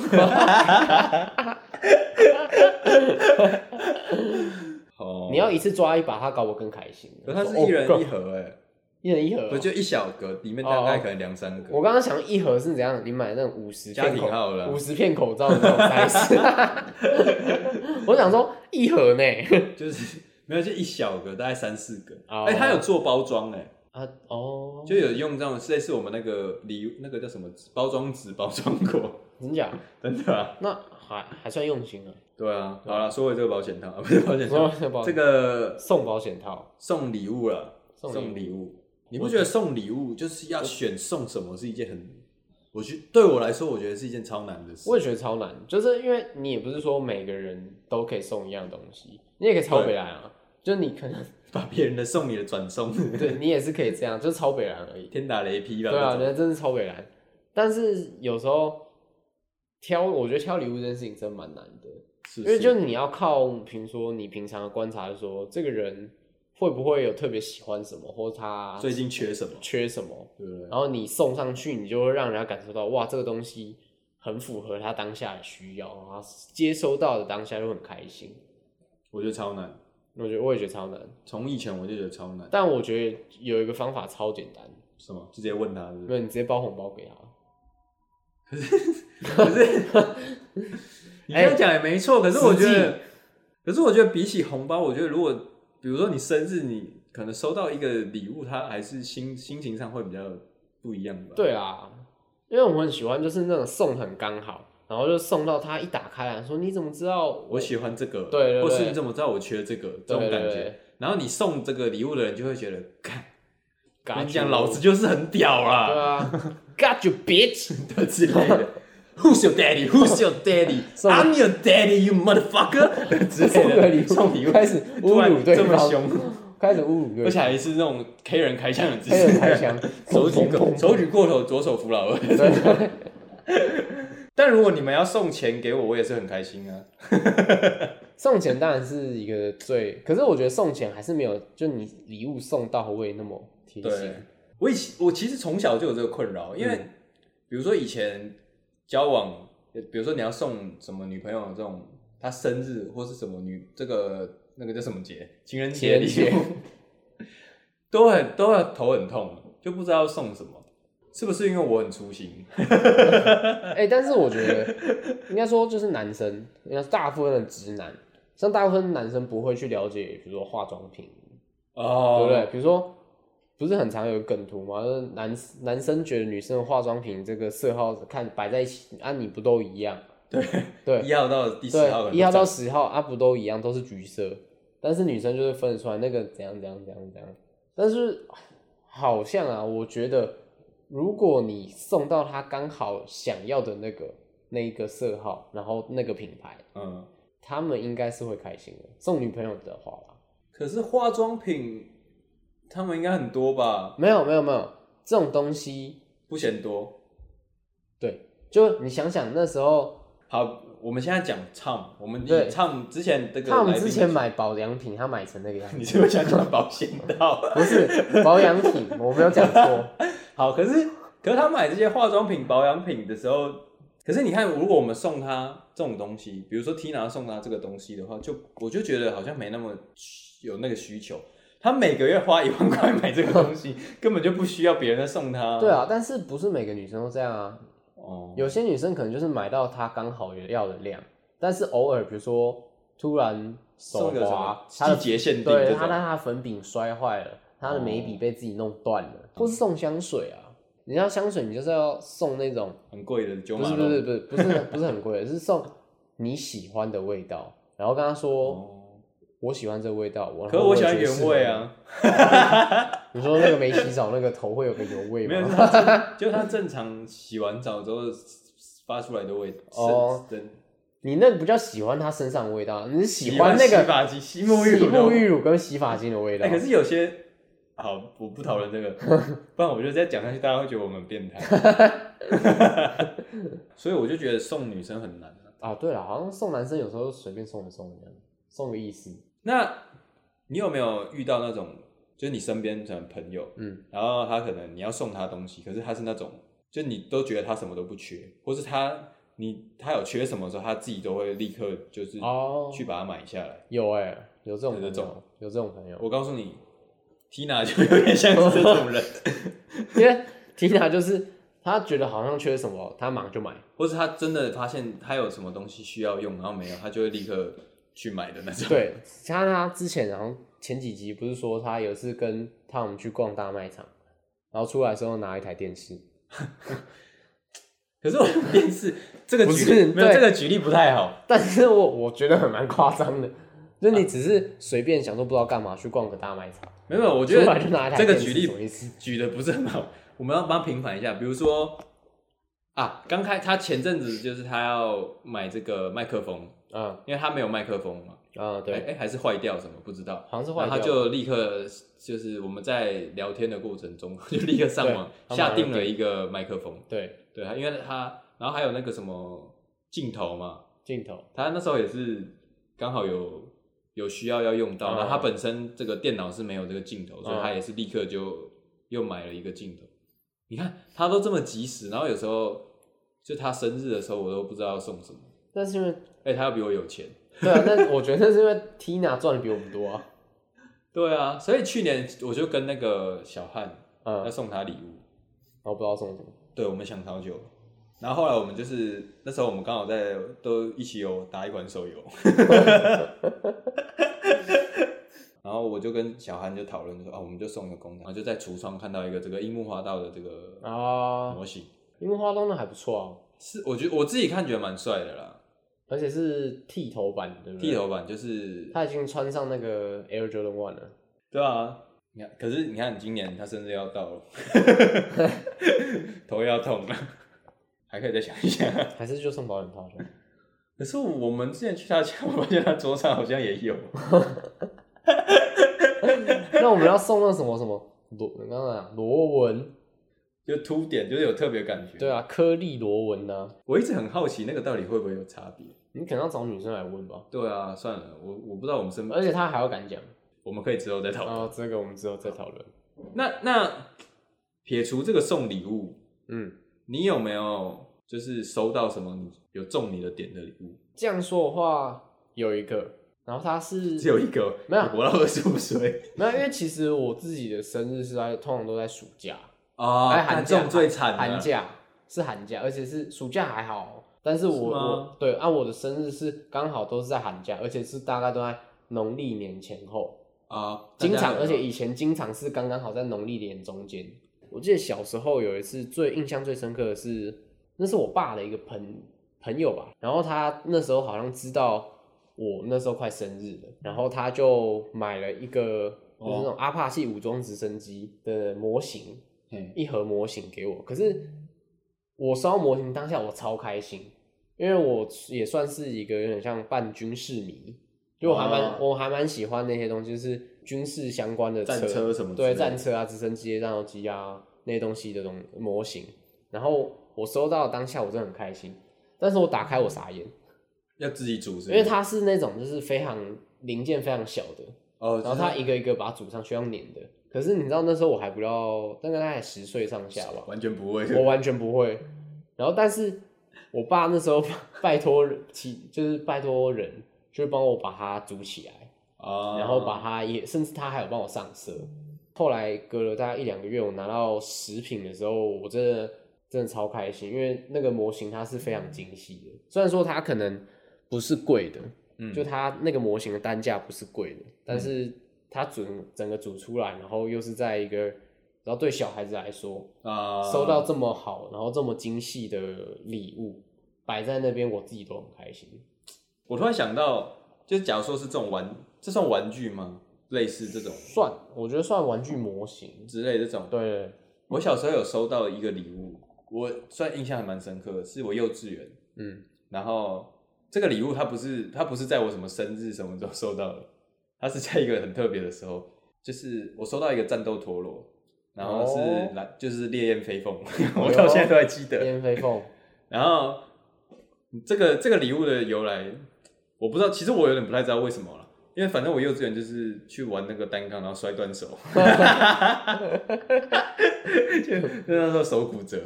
Speaker 1: 哦，
Speaker 2: 你要一次抓一把，他搞我更开心。
Speaker 1: 可是它是
Speaker 2: 我说
Speaker 1: 一人
Speaker 2: 哦
Speaker 1: 一盒哎，
Speaker 2: 一人一盒哦、哦
Speaker 1: 不就一小格，里面大概可能两三个。
Speaker 2: 我刚刚想一盒是怎样？你买那种五十
Speaker 1: 家
Speaker 2: 片
Speaker 1: 庭
Speaker 2: 口
Speaker 1: 号啦
Speaker 2: 五十片口罩的那种 size，我想说一盒呢
Speaker 1: 就是没有，就一小格，大概三四个。
Speaker 2: 哦
Speaker 1: 哎，它有做包装哎，
Speaker 2: 啊哦，
Speaker 1: 就有用这种类似我们那个礼那个叫什么纸包装纸包装过，
Speaker 2: 真假？
Speaker 1: 真的啊。
Speaker 2: 那还还算用心了。
Speaker 1: 对啊，好了，说回这个保险套，啊不是保险套，
Speaker 2: 说保
Speaker 1: 这个
Speaker 2: 送保险套，
Speaker 1: 送礼物了，
Speaker 2: 送礼物
Speaker 1: 送礼物，你不觉得送礼物就是要选送什么是一件很，我觉对我来说，我觉得是一件超难的事
Speaker 2: 我。也觉得超难，就是因为你也不是说每个人都可以送一样东西，你也可以超北兰啊，就是你可能
Speaker 1: 把别人的送你的转送，
Speaker 2: 对
Speaker 1: [LAUGHS]
Speaker 2: 你也是可以这样，就是超北兰而已。
Speaker 1: 天打雷劈吧。
Speaker 2: 对啊，
Speaker 1: 那种
Speaker 2: 那真是超北蓝。但是有时候挑，我觉得挑礼物这件事情真蛮难的，
Speaker 1: 是
Speaker 2: 因
Speaker 1: 不
Speaker 2: 为
Speaker 1: 是
Speaker 2: 就你要靠，比如说你平常的观察说这个人会不会有特别喜欢什么，或者他
Speaker 1: 最近缺什么，
Speaker 2: 缺什么，
Speaker 1: 对不对？
Speaker 2: 然后你送上去，你就会让人家感受到，哇，这个东西很符合他当下的需要，然后接收到的当下就很开心。
Speaker 1: 我觉得超难，
Speaker 2: 我觉得我也觉得超难，
Speaker 1: 从以前我就觉得超难。
Speaker 2: 但我觉得有一个方法超简单，
Speaker 1: 什么？直接问他是不
Speaker 2: 没
Speaker 1: 是？
Speaker 2: 有你直接包红包给他。
Speaker 1: 你这样讲也没错，可是我觉
Speaker 2: 哎实
Speaker 1: 得，可是我觉得比起红包，我觉得如果比如说你生日，你可能收到一个礼物，它还是心心情上会比较不一样吧。
Speaker 2: 对啊，因为我很喜欢就是那种送很刚好，然后就送到他一打开来说你怎么知道
Speaker 1: 我喜欢这个，
Speaker 2: 对对对
Speaker 1: 或是你怎么知道我缺这个这种
Speaker 2: 对对
Speaker 1: 感觉。
Speaker 2: 对
Speaker 1: 然后你送这个礼物的人就会觉得，看，
Speaker 2: Got
Speaker 1: 我跟你讲
Speaker 2: you
Speaker 1: 老子就是很屌
Speaker 2: 对
Speaker 1: 啦，
Speaker 2: 啊 [LAUGHS] ，Got you bitch，
Speaker 1: 的之类的。Who's your daddy? Who's your daddy?
Speaker 2: 送
Speaker 1: I'm your daddy, you motherfucker！之类的
Speaker 2: [LAUGHS] 送
Speaker 1: 送
Speaker 2: 礼
Speaker 1: 礼
Speaker 2: 物
Speaker 1: 物
Speaker 2: 开始
Speaker 1: 突
Speaker 2: 侮
Speaker 1: 然
Speaker 2: 辱对
Speaker 1: 这么
Speaker 2: 方
Speaker 1: 凶，
Speaker 2: [LAUGHS] 开始侮辱
Speaker 1: 而
Speaker 2: 对
Speaker 1: 且
Speaker 2: 方，
Speaker 1: 还是那种 K 人开枪的姿
Speaker 2: 开始开
Speaker 1: 势，
Speaker 2: [LAUGHS] 枪，
Speaker 1: [LAUGHS] 手举
Speaker 2: 砰砰
Speaker 1: 过
Speaker 2: 砰
Speaker 1: 手举过头，左手扶老二。 [LAUGHS]
Speaker 2: 对，
Speaker 1: 但如果你们要送钱给我，我也是很开心啊。
Speaker 2: 送钱当然是一个最，可是我觉得送钱还是没有就你礼物送到位那么贴
Speaker 1: 对
Speaker 2: 心。，嗯
Speaker 1: 我以前我其实从小就有这个困扰，因为比如说以前交往比如说你要送什么女朋友这种，她生日或是什么女这个那个叫什么节，情人节礼
Speaker 2: 情人节
Speaker 1: 物， [LAUGHS] 都很都很头很痛，就不知道送什么，是不是因为我很粗心？
Speaker 2: 哎、但是我觉得应该说就是男生，应该是大部分的直男，像大部分男生不会去了解，比如说化妆品，
Speaker 1: 哦
Speaker 2: 对不对？比如说不是很常有梗图吗？就是男男生觉得女生的化妆品这个色号看摆在一起，啊你不都一样？对
Speaker 1: 一号到第十号可能
Speaker 2: 对，
Speaker 1: 都
Speaker 2: 一号到
Speaker 1: 长
Speaker 2: 十号啊不都一样，都是橘色，但是女生就是分得出来那个怎样怎样怎样怎样。但是好像啊，我觉得如果你送到他刚好想要的那个那一个色号，然后那个品牌，
Speaker 1: 嗯，
Speaker 2: 他们应该是会开心的。送女朋友的话啦，
Speaker 1: 可是化妆品他们应该很多吧？
Speaker 2: 没有没有没有这种东西，
Speaker 1: 不嫌多。
Speaker 2: 对，就你想想那时候
Speaker 1: 好，我们现在讲唱，我们
Speaker 2: 对
Speaker 1: 以唱之前这个
Speaker 2: 他们
Speaker 1: 来宾
Speaker 2: 之前买保养品，他买成那个样
Speaker 1: [LAUGHS]
Speaker 2: 子，
Speaker 1: 你是不是想讲保险
Speaker 2: [LAUGHS]
Speaker 1: 套？
Speaker 2: 不是保养品，我没有讲
Speaker 1: [LAUGHS]
Speaker 2: 错。
Speaker 1: 嗯好，可是 [LAUGHS] 可是他买这些化妆品、保养品的时候，可是你看，如果我们送他这种东西，比如说 Tina 送他这个东西的话，就我就觉得好像没那么需有那个需求。他每个月花一万块买这个东西， [LAUGHS] 根本就不需要别人再送他。
Speaker 2: 对，啊，但是不是每个女生都这样啊？
Speaker 1: 哦，
Speaker 2: 有些女生可能就是买到她刚好要的量，但是偶尔比如说突然手
Speaker 1: 送个什
Speaker 2: 滑
Speaker 1: 么，
Speaker 2: 她的
Speaker 1: 季节限定
Speaker 2: 对
Speaker 1: 这
Speaker 2: 她
Speaker 1: 种，
Speaker 2: 她的粉饼摔坏了，她的眉笔
Speaker 1: 哦
Speaker 2: 被自己弄断了，或是送香水啊。你要香水，你就是要送那种
Speaker 1: 很贵的九
Speaker 2: 不
Speaker 1: 马
Speaker 2: 是
Speaker 1: 龙。
Speaker 2: 不是不是不是不是很 [LAUGHS] 贵的，是送你喜欢的味道，然后跟她说
Speaker 1: 哦
Speaker 2: 我喜欢这个味道，我
Speaker 1: 可是我喜欢原味。
Speaker 2: 然后也觉得适合
Speaker 1: 啊，
Speaker 2: 你说那个没洗澡那个头会有个油味 [LAUGHS]
Speaker 1: 没有，就
Speaker 2: 吗？
Speaker 1: 是它正 [LAUGHS] 就它正常洗完澡之后发出来的味道。
Speaker 2: 哦
Speaker 1: 是，真
Speaker 2: 你那个不叫喜欢它身上的味道，你是喜
Speaker 1: 喜
Speaker 2: 欢
Speaker 1: 欢
Speaker 2: 那个
Speaker 1: 洗发剂、洗沐浴
Speaker 2: 洗
Speaker 1: 乳的
Speaker 2: 沐浴乳跟洗发精的味道。
Speaker 1: 哎、可是有些好，我不讨论这个，不然我就再讲下去，大家会觉得我们变态。 [LAUGHS]
Speaker 2: [LAUGHS]
Speaker 1: 所以我就觉得送女生很难啊、
Speaker 2: 啊，对了，好像送男生有时候随便送一送一样，送个意思。
Speaker 1: 那你有没有遇到那种，就是你身边可能朋友，
Speaker 2: 嗯，
Speaker 1: 然后他可能你要送他东西，可是他是那种，就你都觉得他什么都不缺，或是他你他有缺什么的时候，他自己都会立刻就是
Speaker 2: 哦
Speaker 1: 去把它买下来。
Speaker 2: 有哎、有这种
Speaker 1: 有
Speaker 2: 朋
Speaker 1: 这
Speaker 2: 友，
Speaker 1: 种
Speaker 2: 有这种朋友，
Speaker 1: 我告诉你，Tina 就有点像是这种
Speaker 2: [LAUGHS]
Speaker 1: 人。[LAUGHS]
Speaker 2: 因为 Tina 就是她觉得好像缺什么，她忙就买。
Speaker 1: 或是他真的发现他有什么东西需要用，然后没有，他就会立刻去买的那种。，
Speaker 2: 对，像她之前然后前几集不是说她有一次跟 Tom 去逛大卖场，然后出来的时候拿一台电视，
Speaker 1: 可是我 [LAUGHS] 电视这个
Speaker 2: 不
Speaker 1: 举
Speaker 2: 是
Speaker 1: 例没有
Speaker 2: 对
Speaker 1: 这个举例不太好。
Speaker 2: 但是我我觉得很蛮夸张的，就你只是随便想说不知道干嘛去逛个大卖场，
Speaker 1: 没有没有，我
Speaker 2: 出
Speaker 1: 觉
Speaker 2: 来就
Speaker 1: 得
Speaker 2: 拿一台
Speaker 1: 这个
Speaker 2: 电视
Speaker 1: 举例
Speaker 2: 什么意思？
Speaker 1: 举的不是很好， [LAUGHS] 我们要帮他平反一下。比如说啊，刚开他前阵子就是他要买这个麦克风，
Speaker 2: 嗯
Speaker 1: 因为他没有麦克风嘛，
Speaker 2: 嗯，
Speaker 1: 哎、
Speaker 2: 对，
Speaker 1: 哎还是坏掉什么不知道。
Speaker 2: 好像是坏
Speaker 1: 然后他
Speaker 2: 掉
Speaker 1: 就立刻就是我们在聊天的过程中， [LAUGHS] 就立刻上网
Speaker 2: 对
Speaker 1: 下定了一个麦克风。
Speaker 2: 对
Speaker 1: 对，因为他，然后还有那个什么镜头嘛，
Speaker 2: 镜头。
Speaker 1: 他那时候也是刚好有有需要要用到，
Speaker 2: 嗯
Speaker 1: 然后他本身这个电脑是没有这个镜头，所以
Speaker 2: 嗯
Speaker 1: 他也是立刻就又买了一个镜头。你看他都这么及时，然后有时候就他生日的时候，我都不知道要送什么。
Speaker 2: 但是因为
Speaker 1: 哎、他要比我有钱，
Speaker 2: 对啊，那我觉得是因为 Tina 赚的比我们多啊。
Speaker 1: 对啊，所以去年我就跟那个小汉
Speaker 2: 嗯，
Speaker 1: 要
Speaker 2: 然
Speaker 1: 送他礼物，
Speaker 2: 后不知道送什么。
Speaker 1: 对，我们想好久。然后后来我们就是那时候我们刚好在都一起有打一款手游， [LAUGHS] 然后我就跟小韩就讨论说啊，我们就送一个公仔，然后就在橱窗看到一个这个樱木花道的这个
Speaker 2: 啊，
Speaker 1: 模型，
Speaker 2: 因为花东的还不错啊，
Speaker 1: 是我觉得我自己看觉得蛮帅的啦，
Speaker 2: 而且是剃头版，对不对？
Speaker 1: 剃，头版就是
Speaker 2: 他已经穿上那个 Air Jordan One 了。
Speaker 1: 对啊，你看，可是你看今年他生日要到了，头要痛了，还可以再想一想。
Speaker 2: 还是就送保险套去。
Speaker 1: [LAUGHS]
Speaker 2: [LAUGHS]
Speaker 1: 可是我们之前去他家，我发现他桌上好像也有。
Speaker 2: 那我们要送那什么什么螺，你刚刚讲螺纹，
Speaker 1: 就凸点，就是有特别感觉。
Speaker 2: 对，啊，颗粒螺纹呢、
Speaker 1: 我一直很好奇那个到底会不会有差别。
Speaker 2: 你可能要找女生来问吧。
Speaker 1: 对啊，算了，我我不知道我们身，
Speaker 2: 而且他还要敢讲，
Speaker 1: 我们可以之后再讨论。
Speaker 2: 啊，这个我们之后再讨论。
Speaker 1: 那那撇除这个送礼物，
Speaker 2: 嗯，
Speaker 1: 你有没有就是收到什么你有中你的点的礼物，
Speaker 2: 这样说的话，有一个，然后他是
Speaker 1: 只有一个，
Speaker 2: 没有
Speaker 1: 你活到二十五岁
Speaker 2: 没有，因为其实我自己的生日是在通常都在暑假，
Speaker 1: 啊
Speaker 2: 哎，寒假
Speaker 1: 中最惨了，
Speaker 2: 寒假是寒假，而且是暑假还好，但是我
Speaker 1: 是吗
Speaker 2: 我对按、我的生日是刚好都是在寒假，而且是大概都在农历年前后，
Speaker 1: 啊，
Speaker 2: 经常
Speaker 1: 大家有
Speaker 2: 而且以前经常是刚刚好在农历年中间。我记得小时候有一次最印象最深刻的是，那是我爸的一个朋朋友吧，然后他那时候好像知道我那时候快生日了，然后他就买了一个就是那
Speaker 1: 哦
Speaker 2: 种阿帕系武装直升机的模型，
Speaker 3: 嘿
Speaker 2: 一盒模型给我，可是我收到模型当下我超开心，因为我也算是一个有点像半军事迷，就我还蛮、
Speaker 1: 哦
Speaker 2: 我还蛮喜欢那些东西，就是军事相关的
Speaker 1: 战车什么之类
Speaker 2: 对
Speaker 1: 的
Speaker 2: 战车啊、直升机、战斗机啊那些东西的东模型。然后我收到当下我真的很开心，但是我打开我傻眼，
Speaker 1: 嗯要自己组织，
Speaker 2: 因为它是那种就是非常零件非常小的，
Speaker 1: 哦，
Speaker 2: 然后它
Speaker 1: 就是
Speaker 2: 一个一个把它组上去要粘的。可是你知道那时候我还不到，大概十岁上下吧，
Speaker 1: 完全不会，
Speaker 2: 我完全不会。然后，但是我爸那时候 [LAUGHS] 拜托其就是拜托人，就是帮我把它组起来，
Speaker 1: 啊，
Speaker 2: 然后把它也甚至他还有帮我上色。后来隔了大概一两个月，我拿到食品的时候，我真的真的超开心，因为那个模型它是非常精细的，虽然说它可能不是贵的，
Speaker 1: 嗯
Speaker 2: 就它那个模型的单价不是贵的，但是它整整个组出来，然后又是在一个，然后对小孩子来说，
Speaker 1: 啊
Speaker 2: 收到这么好，然后这么精细的礼物摆在那边，我自己都很开心。
Speaker 1: 我突然想到，就是假如说是这种玩，这算玩具吗？类似这种
Speaker 2: 算，我觉得算玩具模型。
Speaker 1: 之类这种，
Speaker 2: 对对，
Speaker 1: 我小时候有收到一个礼物，我算印象还蛮深刻的，是我幼稚园，
Speaker 2: 嗯，
Speaker 1: 然后这个礼物它不是它不是在我什么生日什么时候收到的，它是在一个很特别的时候，就是我收到一个战斗陀螺，然后
Speaker 2: 哦
Speaker 1: 是蓝、就是烈焰飞凤，我到现在都还记得，
Speaker 2: 烟飞凤，
Speaker 1: 然后这个这个礼物的由来，我不知道，其实我有点不太知道为什么了，因为反正我幼稚园就是去玩那个单杠，然后摔断手，就就那时候手骨折，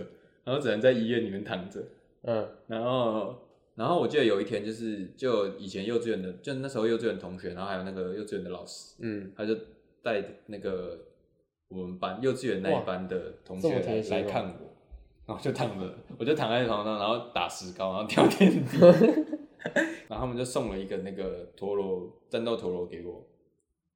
Speaker 1: 然后只能在医院里面躺着。
Speaker 2: 嗯
Speaker 1: 然后，然后我记得有一天就是就以前幼稚园的，就那时候幼稚园同学，然后还有那个幼稚园的老师，
Speaker 2: 嗯，
Speaker 1: 他就带那个我们班幼稚园那一班的同学
Speaker 2: 哇这么
Speaker 1: 来
Speaker 2: 贴心哦
Speaker 1: 来看我，然后就躺着， [LAUGHS] 我就躺在床上，然后打石膏，然后跳电梯，
Speaker 2: [LAUGHS]
Speaker 1: 然后他们就送了一个那个陀螺战斗陀螺给我，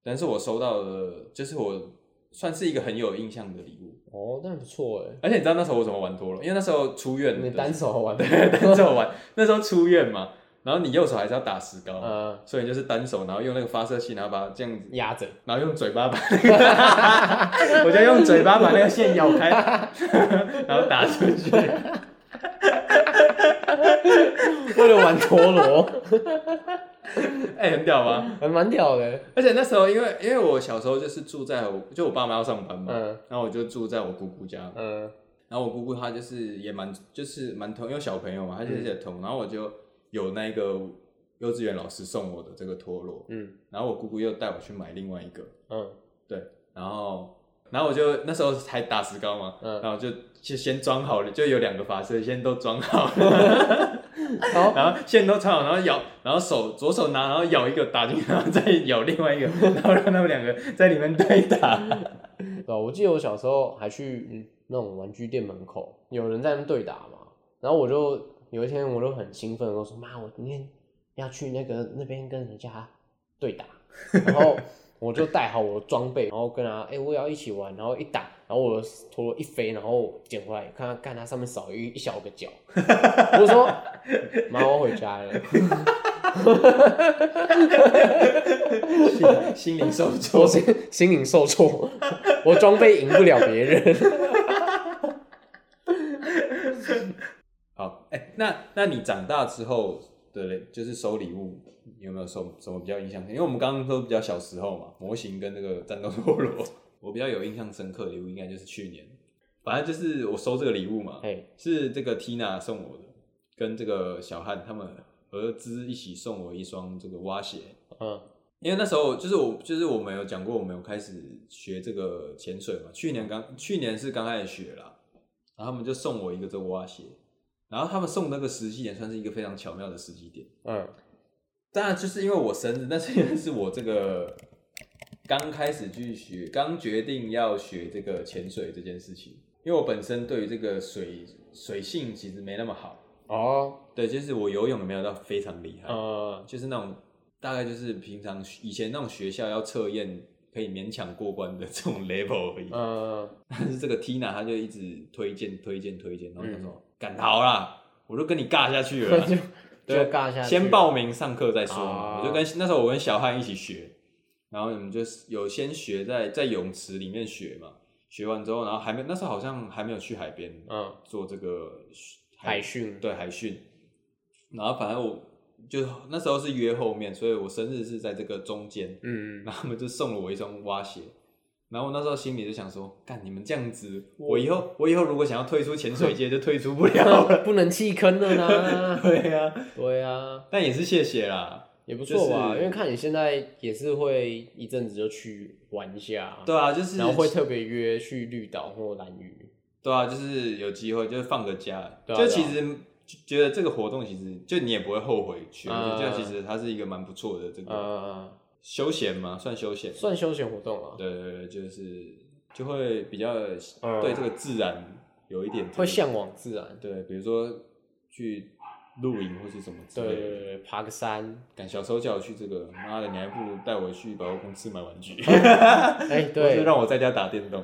Speaker 1: 但是我收到的，就是我算是一个很有印象的礼物，
Speaker 2: 哦，那不错哎，
Speaker 1: 而且你知道那时候我怎么玩陀螺？因为那时候出院的
Speaker 2: 你
Speaker 1: 时候，
Speaker 2: 单手玩的，
Speaker 1: 对单手玩， [LAUGHS] 那时候出院嘛，然后你右手还是要打石膏，
Speaker 2: 嗯，
Speaker 1: 所以你就是单手，然后用那个发射器，然后把它这样子
Speaker 2: 压着，
Speaker 1: 然后用嘴巴把那个，我 [LAUGHS] 就用嘴巴把那个线咬开， [LAUGHS] 然后打出去。
Speaker 2: 为了玩陀螺，
Speaker 1: 哎、很屌吧？
Speaker 2: 还蛮屌的。
Speaker 1: 而且那时候，因为因为我小时候就是住在我就我爸妈要上班嘛，
Speaker 2: 嗯
Speaker 1: 然后我就住在我姑姑家，
Speaker 2: 嗯，
Speaker 1: 然后我姑姑她就是也蛮就是蛮疼，因为小朋友嘛，她就是也疼，然后我就有那个幼稚园老师送我的这个陀螺，
Speaker 2: 嗯
Speaker 1: 然后我姑姑又带我去买另外一个，
Speaker 2: 嗯，
Speaker 1: 对，然后然后我就那时候还打石膏嘛，
Speaker 2: 嗯
Speaker 1: 然后就就先装好了，就有两个发色，先都装 [LAUGHS] 好，
Speaker 2: 然后
Speaker 1: 然后线都穿好，然后咬，然后手左手拿，然后咬一个打进去，然后再咬另外一个， [LAUGHS] 然后让他们两个在里面对打。
Speaker 2: 对啊，我记得我小时候还去嗯那种玩具店门口，有人在那边对打嘛，然后我就有一天我就很兴奋，我说妈，我明天要去那个那边跟人家对打，然后我就带好我的装备，然后跟他哎、我也要一起玩，然后一打，然后我的陀螺一飞，然后捡回来，看看看它上面少一一小个角，我说妈，我回家了，
Speaker 1: [LAUGHS] 心心灵受
Speaker 2: 我
Speaker 1: 挫，
Speaker 2: 心心灵受挫，我装备赢不了别人。
Speaker 1: [LAUGHS]
Speaker 2: [LAUGHS]
Speaker 1: 好，哎、那那你长大之后的嘞，就是收礼物，你有没有收什么比较印象深？因为我们刚刚都比较小时候嘛，模型跟那个战斗陀 [LAUGHS] 螺，我比较有印象深刻的礼物应该就是去年，反正就是我收这个礼物嘛，
Speaker 2: 哎，
Speaker 1: 是这个 Tina 送我的，跟这个小汉他们合资一起送我一双这个蛙鞋，
Speaker 2: 嗯
Speaker 1: 因为那时候就是我就是我们有讲过，我们有开始学这个潜水嘛。去年刚去年是刚开始学啦，然后他们就送我一个这个蛙鞋，然后他们送那个时机点算是一个非常巧妙的时机点。
Speaker 2: 嗯
Speaker 1: 当然就是因为我生日，但是也是我这个刚开始去学，刚决定要学这个潜水这件事情，因为我本身对于这个水水性其实没那么好，
Speaker 2: 哦
Speaker 1: 对，就是我游泳也没有到非常厉害，
Speaker 2: 嗯
Speaker 1: 就是那种大概就是平常以前那种学校要测验可以勉强过关的这种 level 而已。
Speaker 2: 嗯，
Speaker 1: 但是这个 Tina 她就一直推荐推荐推荐，然后她说赶逃啦，我都跟你尬下去了啦
Speaker 2: 嗯 [LAUGHS] 就
Speaker 1: 对
Speaker 2: 就尬下去
Speaker 1: 先报名上课再说嘛。
Speaker 2: 啊
Speaker 1: 我就跟那时候我跟小汉一起学，然后我们就是有先学在在泳池里面学嘛，学完之后，然后还没那时候好像还没有去海边
Speaker 2: 嗯
Speaker 1: 做这个
Speaker 2: 海训
Speaker 1: 对海训，然后反正我就那时候是约后面，所以我生日是在这个中间， [LAUGHS]
Speaker 2: 嗯
Speaker 1: 然后他们就送了我一双蛙鞋。然后我那时候心里就想说，干你们这样子，我以后我以后如果想要退出潜水界，就退出不了 [LAUGHS] 了。
Speaker 2: [LAUGHS] 不能弃坑了
Speaker 1: [LAUGHS]
Speaker 2: 啦，
Speaker 1: 对啊，
Speaker 2: 对啊，
Speaker 1: 但也是谢谢啦。
Speaker 2: 也不错吧，
Speaker 1: 就是
Speaker 2: 因为看你现在也是会一阵子就去玩一下，
Speaker 1: 对啊，就是
Speaker 2: 然后会特别约去绿岛或蓝屿，
Speaker 1: 对啊，就是有机会就是放个假，
Speaker 2: 对啊
Speaker 1: 就其实就觉得这个活动其实就你也不会后悔去，
Speaker 2: 嗯
Speaker 1: 我觉得其实它是一个蛮不错的这个
Speaker 2: 呃，
Speaker 1: 休闲嘛，算休闲。
Speaker 2: 算休闲活动啊，
Speaker 1: 对对对，就是就会比较
Speaker 2: 嗯
Speaker 1: 对这个自然有一点这个
Speaker 2: 会向往自然，
Speaker 1: 对，比如说去露营或是什么之
Speaker 2: 对
Speaker 1: 类的。
Speaker 2: 对对对，爬个山，
Speaker 1: [LAUGHS] 赶小时候叫我去这个，妈的，你还不如带我去百货公司买玩具，
Speaker 2: 哎，
Speaker 1: 或 [LAUGHS] 是
Speaker 2: 对，
Speaker 1: 让我在家打电动。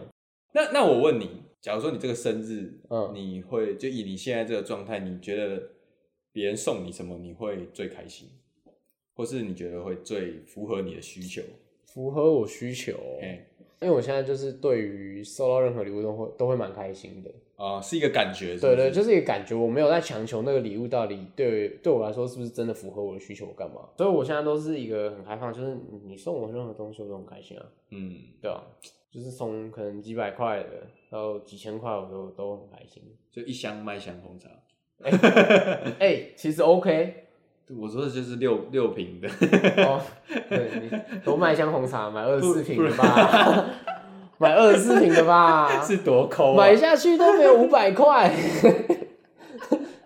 Speaker 1: 那那我问你，假如说你这个生日，
Speaker 2: 嗯
Speaker 1: 你会就以你现在这个状态，你觉得别人送你什么你会最开心，或是你觉得会最符合你的需求？
Speaker 2: 符合我需求哦，
Speaker 1: 哎、
Speaker 2: 因为我现在就是对于收到任何礼物都会都会蛮开心的，
Speaker 1: 啊、是一个感觉是不
Speaker 2: 对
Speaker 1: 是，
Speaker 2: 对，就是一个感觉，我没有在强求那个礼物到底对对我来说是不是真的符合我的需求，我干嘛？所以我现在都是一个很开放，就是你你送我任何东西我都很开心啊，
Speaker 1: 嗯，
Speaker 2: 对啊，就是从可能几百块的到几千块，我都都很开心。
Speaker 1: 就一箱麦香红茶。
Speaker 2: 哎、其实 OK
Speaker 1: 我说的就是六六瓶的，
Speaker 2: 哦，对你多买一箱红茶，买二十四
Speaker 1: 不
Speaker 2: 瓶的 [LAUGHS] 吧，买二十四瓶的吧，
Speaker 1: [LAUGHS] 是多抠、啊
Speaker 2: 买？下去都没有五百
Speaker 1: [LAUGHS]
Speaker 2: 块。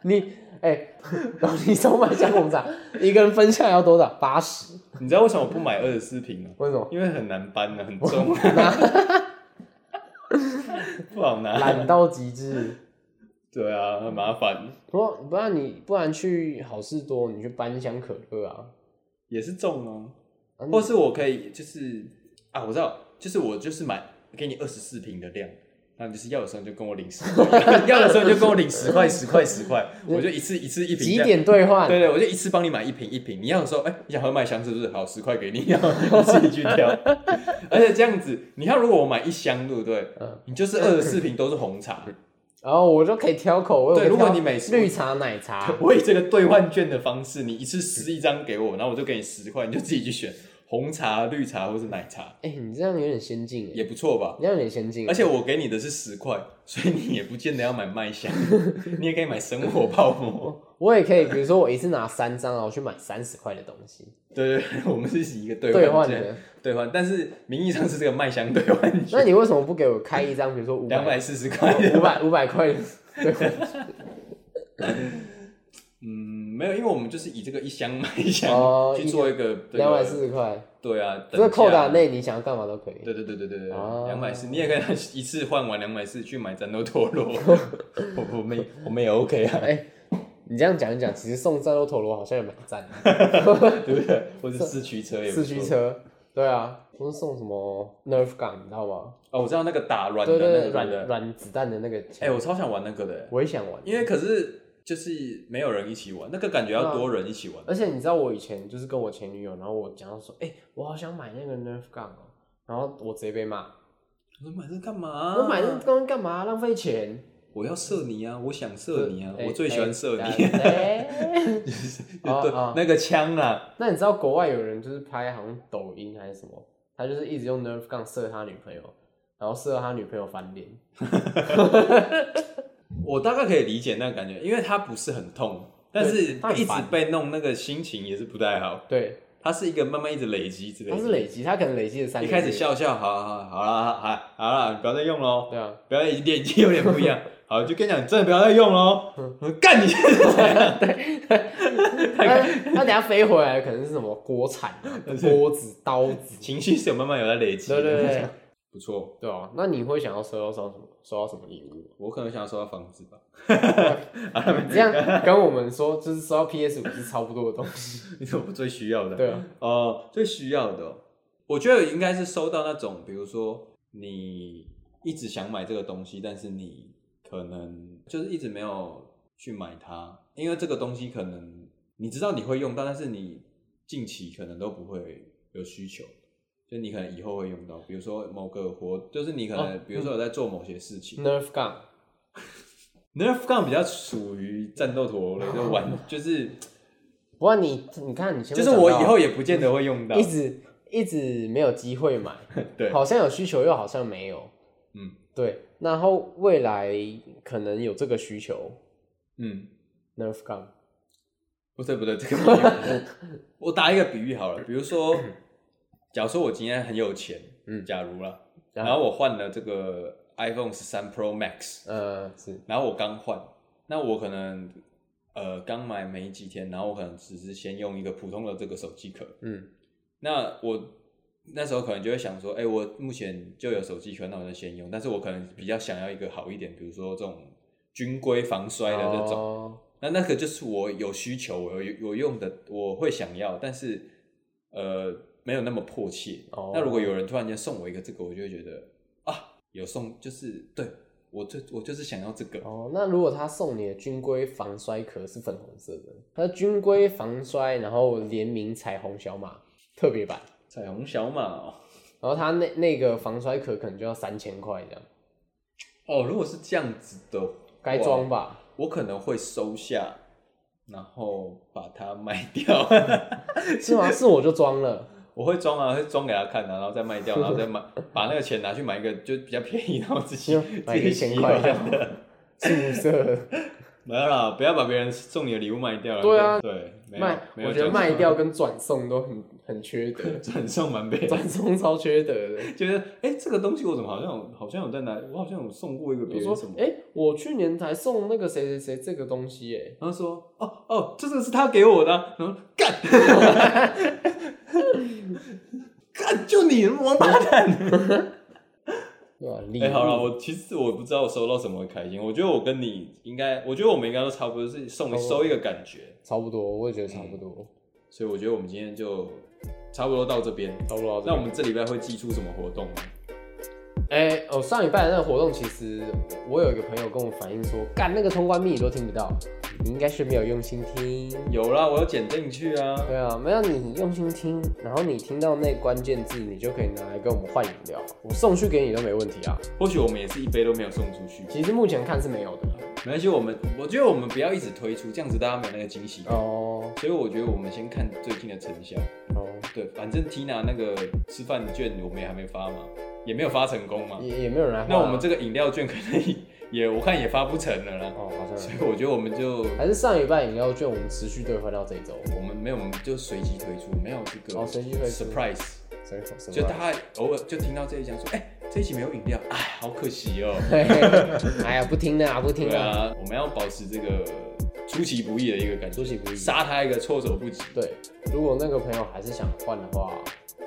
Speaker 2: 你哎、然后你从买箱红茶，一个人分下来要多少？八十？
Speaker 1: 你知道为什么我不买二十四瓶吗？
Speaker 2: 为什么？
Speaker 1: 因为很难搬啊呢，很重， [LAUGHS] 不好拿。啊
Speaker 2: 懒到极致。
Speaker 1: [LAUGHS] 对啊，很麻烦，
Speaker 2: 不，不然你不然去好事多，你去搬一箱可乐啊。
Speaker 1: 也是重哦、
Speaker 2: 啊你
Speaker 1: 或是我可以就是啊，我知道，就是我就是买给你二十四瓶的量，那你就是要的时候你就跟我领十块，
Speaker 2: [LAUGHS]
Speaker 1: 要的时候你就跟我领十块、十块、十块，我就一次一次一瓶这
Speaker 2: 几
Speaker 1: 样。
Speaker 2: 点兑换？
Speaker 1: 对对，我就一次帮你买一瓶一瓶。你要的时候，哎、你想喝麦香是不是？好，十块给你，然 [LAUGHS] 后你自己去挑。 [LAUGHS] 而且这样子，你看，如果我买一箱，对不对？
Speaker 2: 嗯
Speaker 1: 你就是二十四瓶都是红茶，
Speaker 2: 然后我就可以挑口
Speaker 1: 对
Speaker 2: 味。我可以
Speaker 1: 如果
Speaker 2: 挑
Speaker 1: 你每次
Speaker 2: 绿茶、奶茶，
Speaker 1: 我以这个兑换券的方式，你一次撕一张给我，然后我就给你十块，你就自己去选红茶、绿茶或是奶茶，
Speaker 2: 哎、你这样有点先进
Speaker 1: 也
Speaker 2: 哎，
Speaker 1: 不错吧
Speaker 2: 你？这样有点先进。
Speaker 1: 而且我给你的是十块，所以你也不见得要买麦香， [LAUGHS] 你也可以买生活泡沫。
Speaker 2: 我也可以，比如说我一次拿三张，然后去买三十块的东西
Speaker 1: 对对，对我们是一个
Speaker 2: 兑
Speaker 1: 兑
Speaker 2: 换
Speaker 1: 换券，
Speaker 2: 的。
Speaker 1: 兑换，但是名义上是这个麦香兑换
Speaker 2: 那
Speaker 1: 券，
Speaker 2: 你为什么不给我开一张，比如说五
Speaker 1: 两
Speaker 2: 百
Speaker 1: 百四十块。
Speaker 2: 五百五百块的兑换
Speaker 1: 嗯，没有，因为我们就是以这个一箱麦香
Speaker 2: 哦
Speaker 1: 去做一个这个
Speaker 2: 两百四，十块，
Speaker 1: 对啊，
Speaker 2: 这个扣
Speaker 1: 打
Speaker 2: 打内你想要干嘛都可以。
Speaker 1: 对对对对对对，
Speaker 2: 哦
Speaker 1: 两百四，你也可以一次换完两百四去买战斗陀螺，
Speaker 2: [LAUGHS]
Speaker 1: 我我们也我们也 OK 啊， [LAUGHS]
Speaker 2: 哎、你这样讲一讲，其实送战斗陀螺好像也蛮赞的，
Speaker 1: 对不对？或是四驱车也不错
Speaker 2: 四驱车。对啊，不是送什么 Nerf gun，你知道吗？
Speaker 1: 哦，我知道那个打软的
Speaker 2: 对对
Speaker 1: 那个
Speaker 2: 对，
Speaker 1: 软
Speaker 2: 软
Speaker 1: 的，
Speaker 2: 软子弹的那个枪。
Speaker 1: 哎，我超想玩那个的，
Speaker 2: 我也想玩，
Speaker 1: 因为可是就是没有人一起玩，那个感觉要多人一起玩，
Speaker 2: 而且你知道我以前就是跟我前女友，然后我讲到说，哎、我好想买那个 Nerf gun 哦、然后我直接被骂，
Speaker 1: 我说买这干嘛？
Speaker 2: 我买那个东西干嘛？浪费钱。
Speaker 1: 我要射你啊，我想射你啊，
Speaker 2: 哎
Speaker 1: 我最喜欢射 [LAUGHS]
Speaker 2: 哎
Speaker 1: 你，
Speaker 2: 哎哦
Speaker 1: 对
Speaker 2: 哦，
Speaker 1: 那个枪啊，
Speaker 2: 那你知道国外有人就是拍好像抖音还是什么，他就是一直用 Nerf gun 射他女朋友，然后射到他女朋友翻脸。
Speaker 1: 我大概可以理解那个感觉，因为它不是很痛。但
Speaker 2: 对
Speaker 1: 是
Speaker 2: 它很
Speaker 1: 一直
Speaker 2: 烦
Speaker 1: 被弄，那个心情也是不太好。
Speaker 2: 对，
Speaker 1: 它是一个慢慢一直累积之类
Speaker 2: 它
Speaker 1: 的。
Speaker 2: 是累积，它可能累积了三
Speaker 1: 一
Speaker 2: 个
Speaker 1: 开始
Speaker 2: 月，
Speaker 1: 笑笑，好好好了，好啦好了，你不要再用喽，
Speaker 2: 对
Speaker 1: [LAUGHS]
Speaker 2: 啊，
Speaker 1: 不要一点已经有点不一
Speaker 2: [LAUGHS]
Speaker 1: 样。好，就跟你讲，你真的不要再用喽。我说干你 [LAUGHS] 现在是怎样？
Speaker 2: 它它等下飞回来可能是什么锅铲
Speaker 1: [LAUGHS]
Speaker 2: 啊、锅子、刀子，
Speaker 1: 情绪是有慢慢有在累积的。
Speaker 2: 对对对，
Speaker 1: [LAUGHS] 不错，
Speaker 2: 对啊，那你会想要收到什么？收到什么礼物？
Speaker 1: 我可能想要收到房
Speaker 2: [LAUGHS]
Speaker 1: 子吧。
Speaker 2: 你这样跟我们说，就是收到 PS 五是差不多的东西，
Speaker 1: [LAUGHS] 你是我最需要的。
Speaker 2: 对啊，
Speaker 1: 哦，最需要的哦，我觉得应该是收到那种，比如说你一直想买这个东西，但是你可能就是一直没有去买它，因为这个东西可能你知道你会用到，但是你近期可能都不会有需求。就你可能以后会用到，比如说某个活，就是你可能
Speaker 2: 哦嗯
Speaker 1: 比如说有在做某些事情、
Speaker 2: Nerf gun，
Speaker 1: n e r f gun 比较属于战斗陀螺就玩， [LAUGHS] 就是
Speaker 2: 不过你你看你前
Speaker 1: 就
Speaker 2: 面
Speaker 1: 是我
Speaker 2: 讲
Speaker 1: 以
Speaker 2: 到
Speaker 1: 后也不见得会用到
Speaker 2: 一，直一直没有机会买，
Speaker 1: 对，
Speaker 2: 好像有需求又好像没有，
Speaker 1: 嗯
Speaker 2: 对，然后未来可能有这个需求
Speaker 1: 嗯。
Speaker 2: Nerf gun，
Speaker 1: 不对不对，这个不一样我打一个比喻好了，比如说，假如说我今天很有钱，
Speaker 2: 嗯
Speaker 1: 假如啦，
Speaker 2: 然
Speaker 1: 然
Speaker 2: 后
Speaker 1: 后我换了这个 iPhone 十三 Pro Max，
Speaker 2: 呃是
Speaker 1: 然后我刚换，那我可能呃刚买没几天，然后我可能只是先用一个普通的这个手机壳，
Speaker 2: 嗯
Speaker 1: 那我那时候可能就会想说，哎、我目前就有手机壳，那我就先用，但是我可能比较想要一个好一点，比如说这种军规防摔的这种。
Speaker 2: 哦
Speaker 1: 那那个就是我有需求，我有我用的，我会想要，但是呃没有那么迫切。
Speaker 2: 哦
Speaker 1: 那如果有人突然间送我一个这个，我就会觉得啊，有送就是对我就我就是想要这个。
Speaker 2: 哦，那如果他送你的军规防摔壳是粉红色的，它军规防摔，然后联名彩虹小马特别版，
Speaker 1: 彩虹小马哦，
Speaker 2: 然后它那那个防摔壳可能就要三千块这样，
Speaker 1: 哦如果是这样子的，
Speaker 2: 该装，吧？
Speaker 1: 我可能会收下，然后把它卖掉。 [LAUGHS]
Speaker 2: 是吗？是我就装了，
Speaker 1: 我会装啊，会装给他看啊，然后再卖掉，然后再买，把那个钱拿去买一个就比较便宜，然后
Speaker 2: [LAUGHS]
Speaker 1: 自己
Speaker 2: 就买
Speaker 1: 自
Speaker 2: 一
Speaker 1: 己
Speaker 2: 千
Speaker 1: 喜
Speaker 2: 块
Speaker 1: 欢
Speaker 2: 这样
Speaker 1: 的。
Speaker 2: 的， [LAUGHS] 是五色。
Speaker 1: 没有啦，不要把别人送你的礼物卖掉了。
Speaker 2: 对啊
Speaker 1: 对，没有
Speaker 2: 卖，
Speaker 1: 没有
Speaker 2: 我觉得
Speaker 1: 转
Speaker 2: 卖
Speaker 1: 送，
Speaker 2: 掉跟转送都很很缺德
Speaker 1: [LAUGHS] 转送蛮悲哀，
Speaker 2: 转送超缺德的。
Speaker 1: 觉得哎、诶这个东西我怎么好像有好像有在哪，我好像有送过一个
Speaker 2: 我
Speaker 1: 别
Speaker 2: 说
Speaker 1: 人什，么？
Speaker 2: 哎、我去年才送那个谁谁谁这个东西、哎，
Speaker 1: 然后说哦哦，这个是他给我的啊，然后干 [LAUGHS] 干，就你王八蛋！
Speaker 2: 对吧、礼
Speaker 1: 哎、好了，
Speaker 2: 物
Speaker 1: 我其实我不知道我收到什么会开心，我觉得我跟你应该，我觉得我们应该都差不多是送收一个感觉，
Speaker 2: 差不多，我也觉得差不多，
Speaker 1: 嗯所以我觉得我们今天就差不多到这边。
Speaker 2: 差不多到这
Speaker 1: 那
Speaker 2: 边。
Speaker 1: 我们这礼拜会寄出什么活动吗？
Speaker 2: 哎、哦，上礼拜的那个活动，其实我有一个朋友跟我反映说，干那个通关密语都听不到，你应该是没有用心听。
Speaker 1: 有啦，我有剪进去啊。
Speaker 2: 对啊，没有你用心听，然后你听到那关键字，你就可以拿来跟我们换饮料，我送去给你都没问题啊。
Speaker 1: 或许我们也是一杯都没有送出去，
Speaker 2: 其实目前看是没有的。
Speaker 1: 没关系。我们我觉得我们不要一直推出，这样子大家没有那个惊喜。
Speaker 2: 哦
Speaker 1: 所以我觉得我们先看最近的成效。
Speaker 2: 哦，
Speaker 1: 对，反正 Tina 那个吃饭券我们也还没发嘛，也没有发成功嘛。
Speaker 2: 也也没有人来换啊。
Speaker 1: 那我们这个饮料券可能也我看也发不成了啦。
Speaker 2: 哦，好像
Speaker 1: 所
Speaker 2: 是
Speaker 1: 以我觉得我们就
Speaker 2: 还是上礼拜饮料券我们持续兑换到这一周，
Speaker 1: 我们没有，我们就随机推出，没有这个
Speaker 2: 哦随机推出
Speaker 1: surprise。
Speaker 2: 所以什么
Speaker 1: 就大家偶尔就听到这一讲说，哎、这一期没有饮料，哎，好可惜哦。
Speaker 2: 嘿嘿 [LAUGHS] 哎呀，不听啦，不听
Speaker 1: 对
Speaker 2: 啦，
Speaker 1: 啊，我们要保持这个出其不意的一个感觉，
Speaker 2: 出其不意
Speaker 1: 杀他一个措手不及。
Speaker 2: 对，如果那个朋友还是想换的话，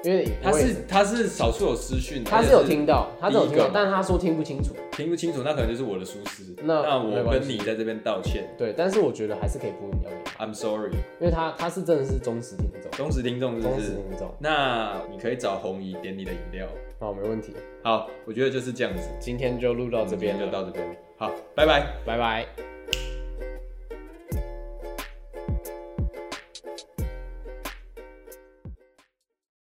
Speaker 2: 因为
Speaker 1: 他
Speaker 2: 我也
Speaker 1: 是他是少数有私讯的，
Speaker 2: 他是
Speaker 1: 而
Speaker 2: 有
Speaker 1: 且
Speaker 2: 听到，他是有听
Speaker 1: 第一
Speaker 2: 到
Speaker 1: 个，
Speaker 2: 但他说听不清楚。
Speaker 1: 听不清楚，那可能就是我的疏失。
Speaker 2: 那没
Speaker 1: 我
Speaker 2: 关
Speaker 1: 跟
Speaker 2: 系
Speaker 1: 你在这边道歉
Speaker 2: 对，但是我觉得还是可以补饮料给他，
Speaker 1: ，I'm sorry，
Speaker 2: 因为他他是真的是忠实听众，
Speaker 1: 忠实听众是
Speaker 2: 忠
Speaker 1: 不
Speaker 2: 实
Speaker 1: 是？
Speaker 2: 听众，
Speaker 1: 那你可以找红姨点你的饮料。
Speaker 2: 好，没问题。
Speaker 1: 好，我觉得就是这样子，
Speaker 2: 今天就录到这边
Speaker 1: 就
Speaker 2: 了，
Speaker 1: 到这边，好，拜拜。
Speaker 2: 拜拜。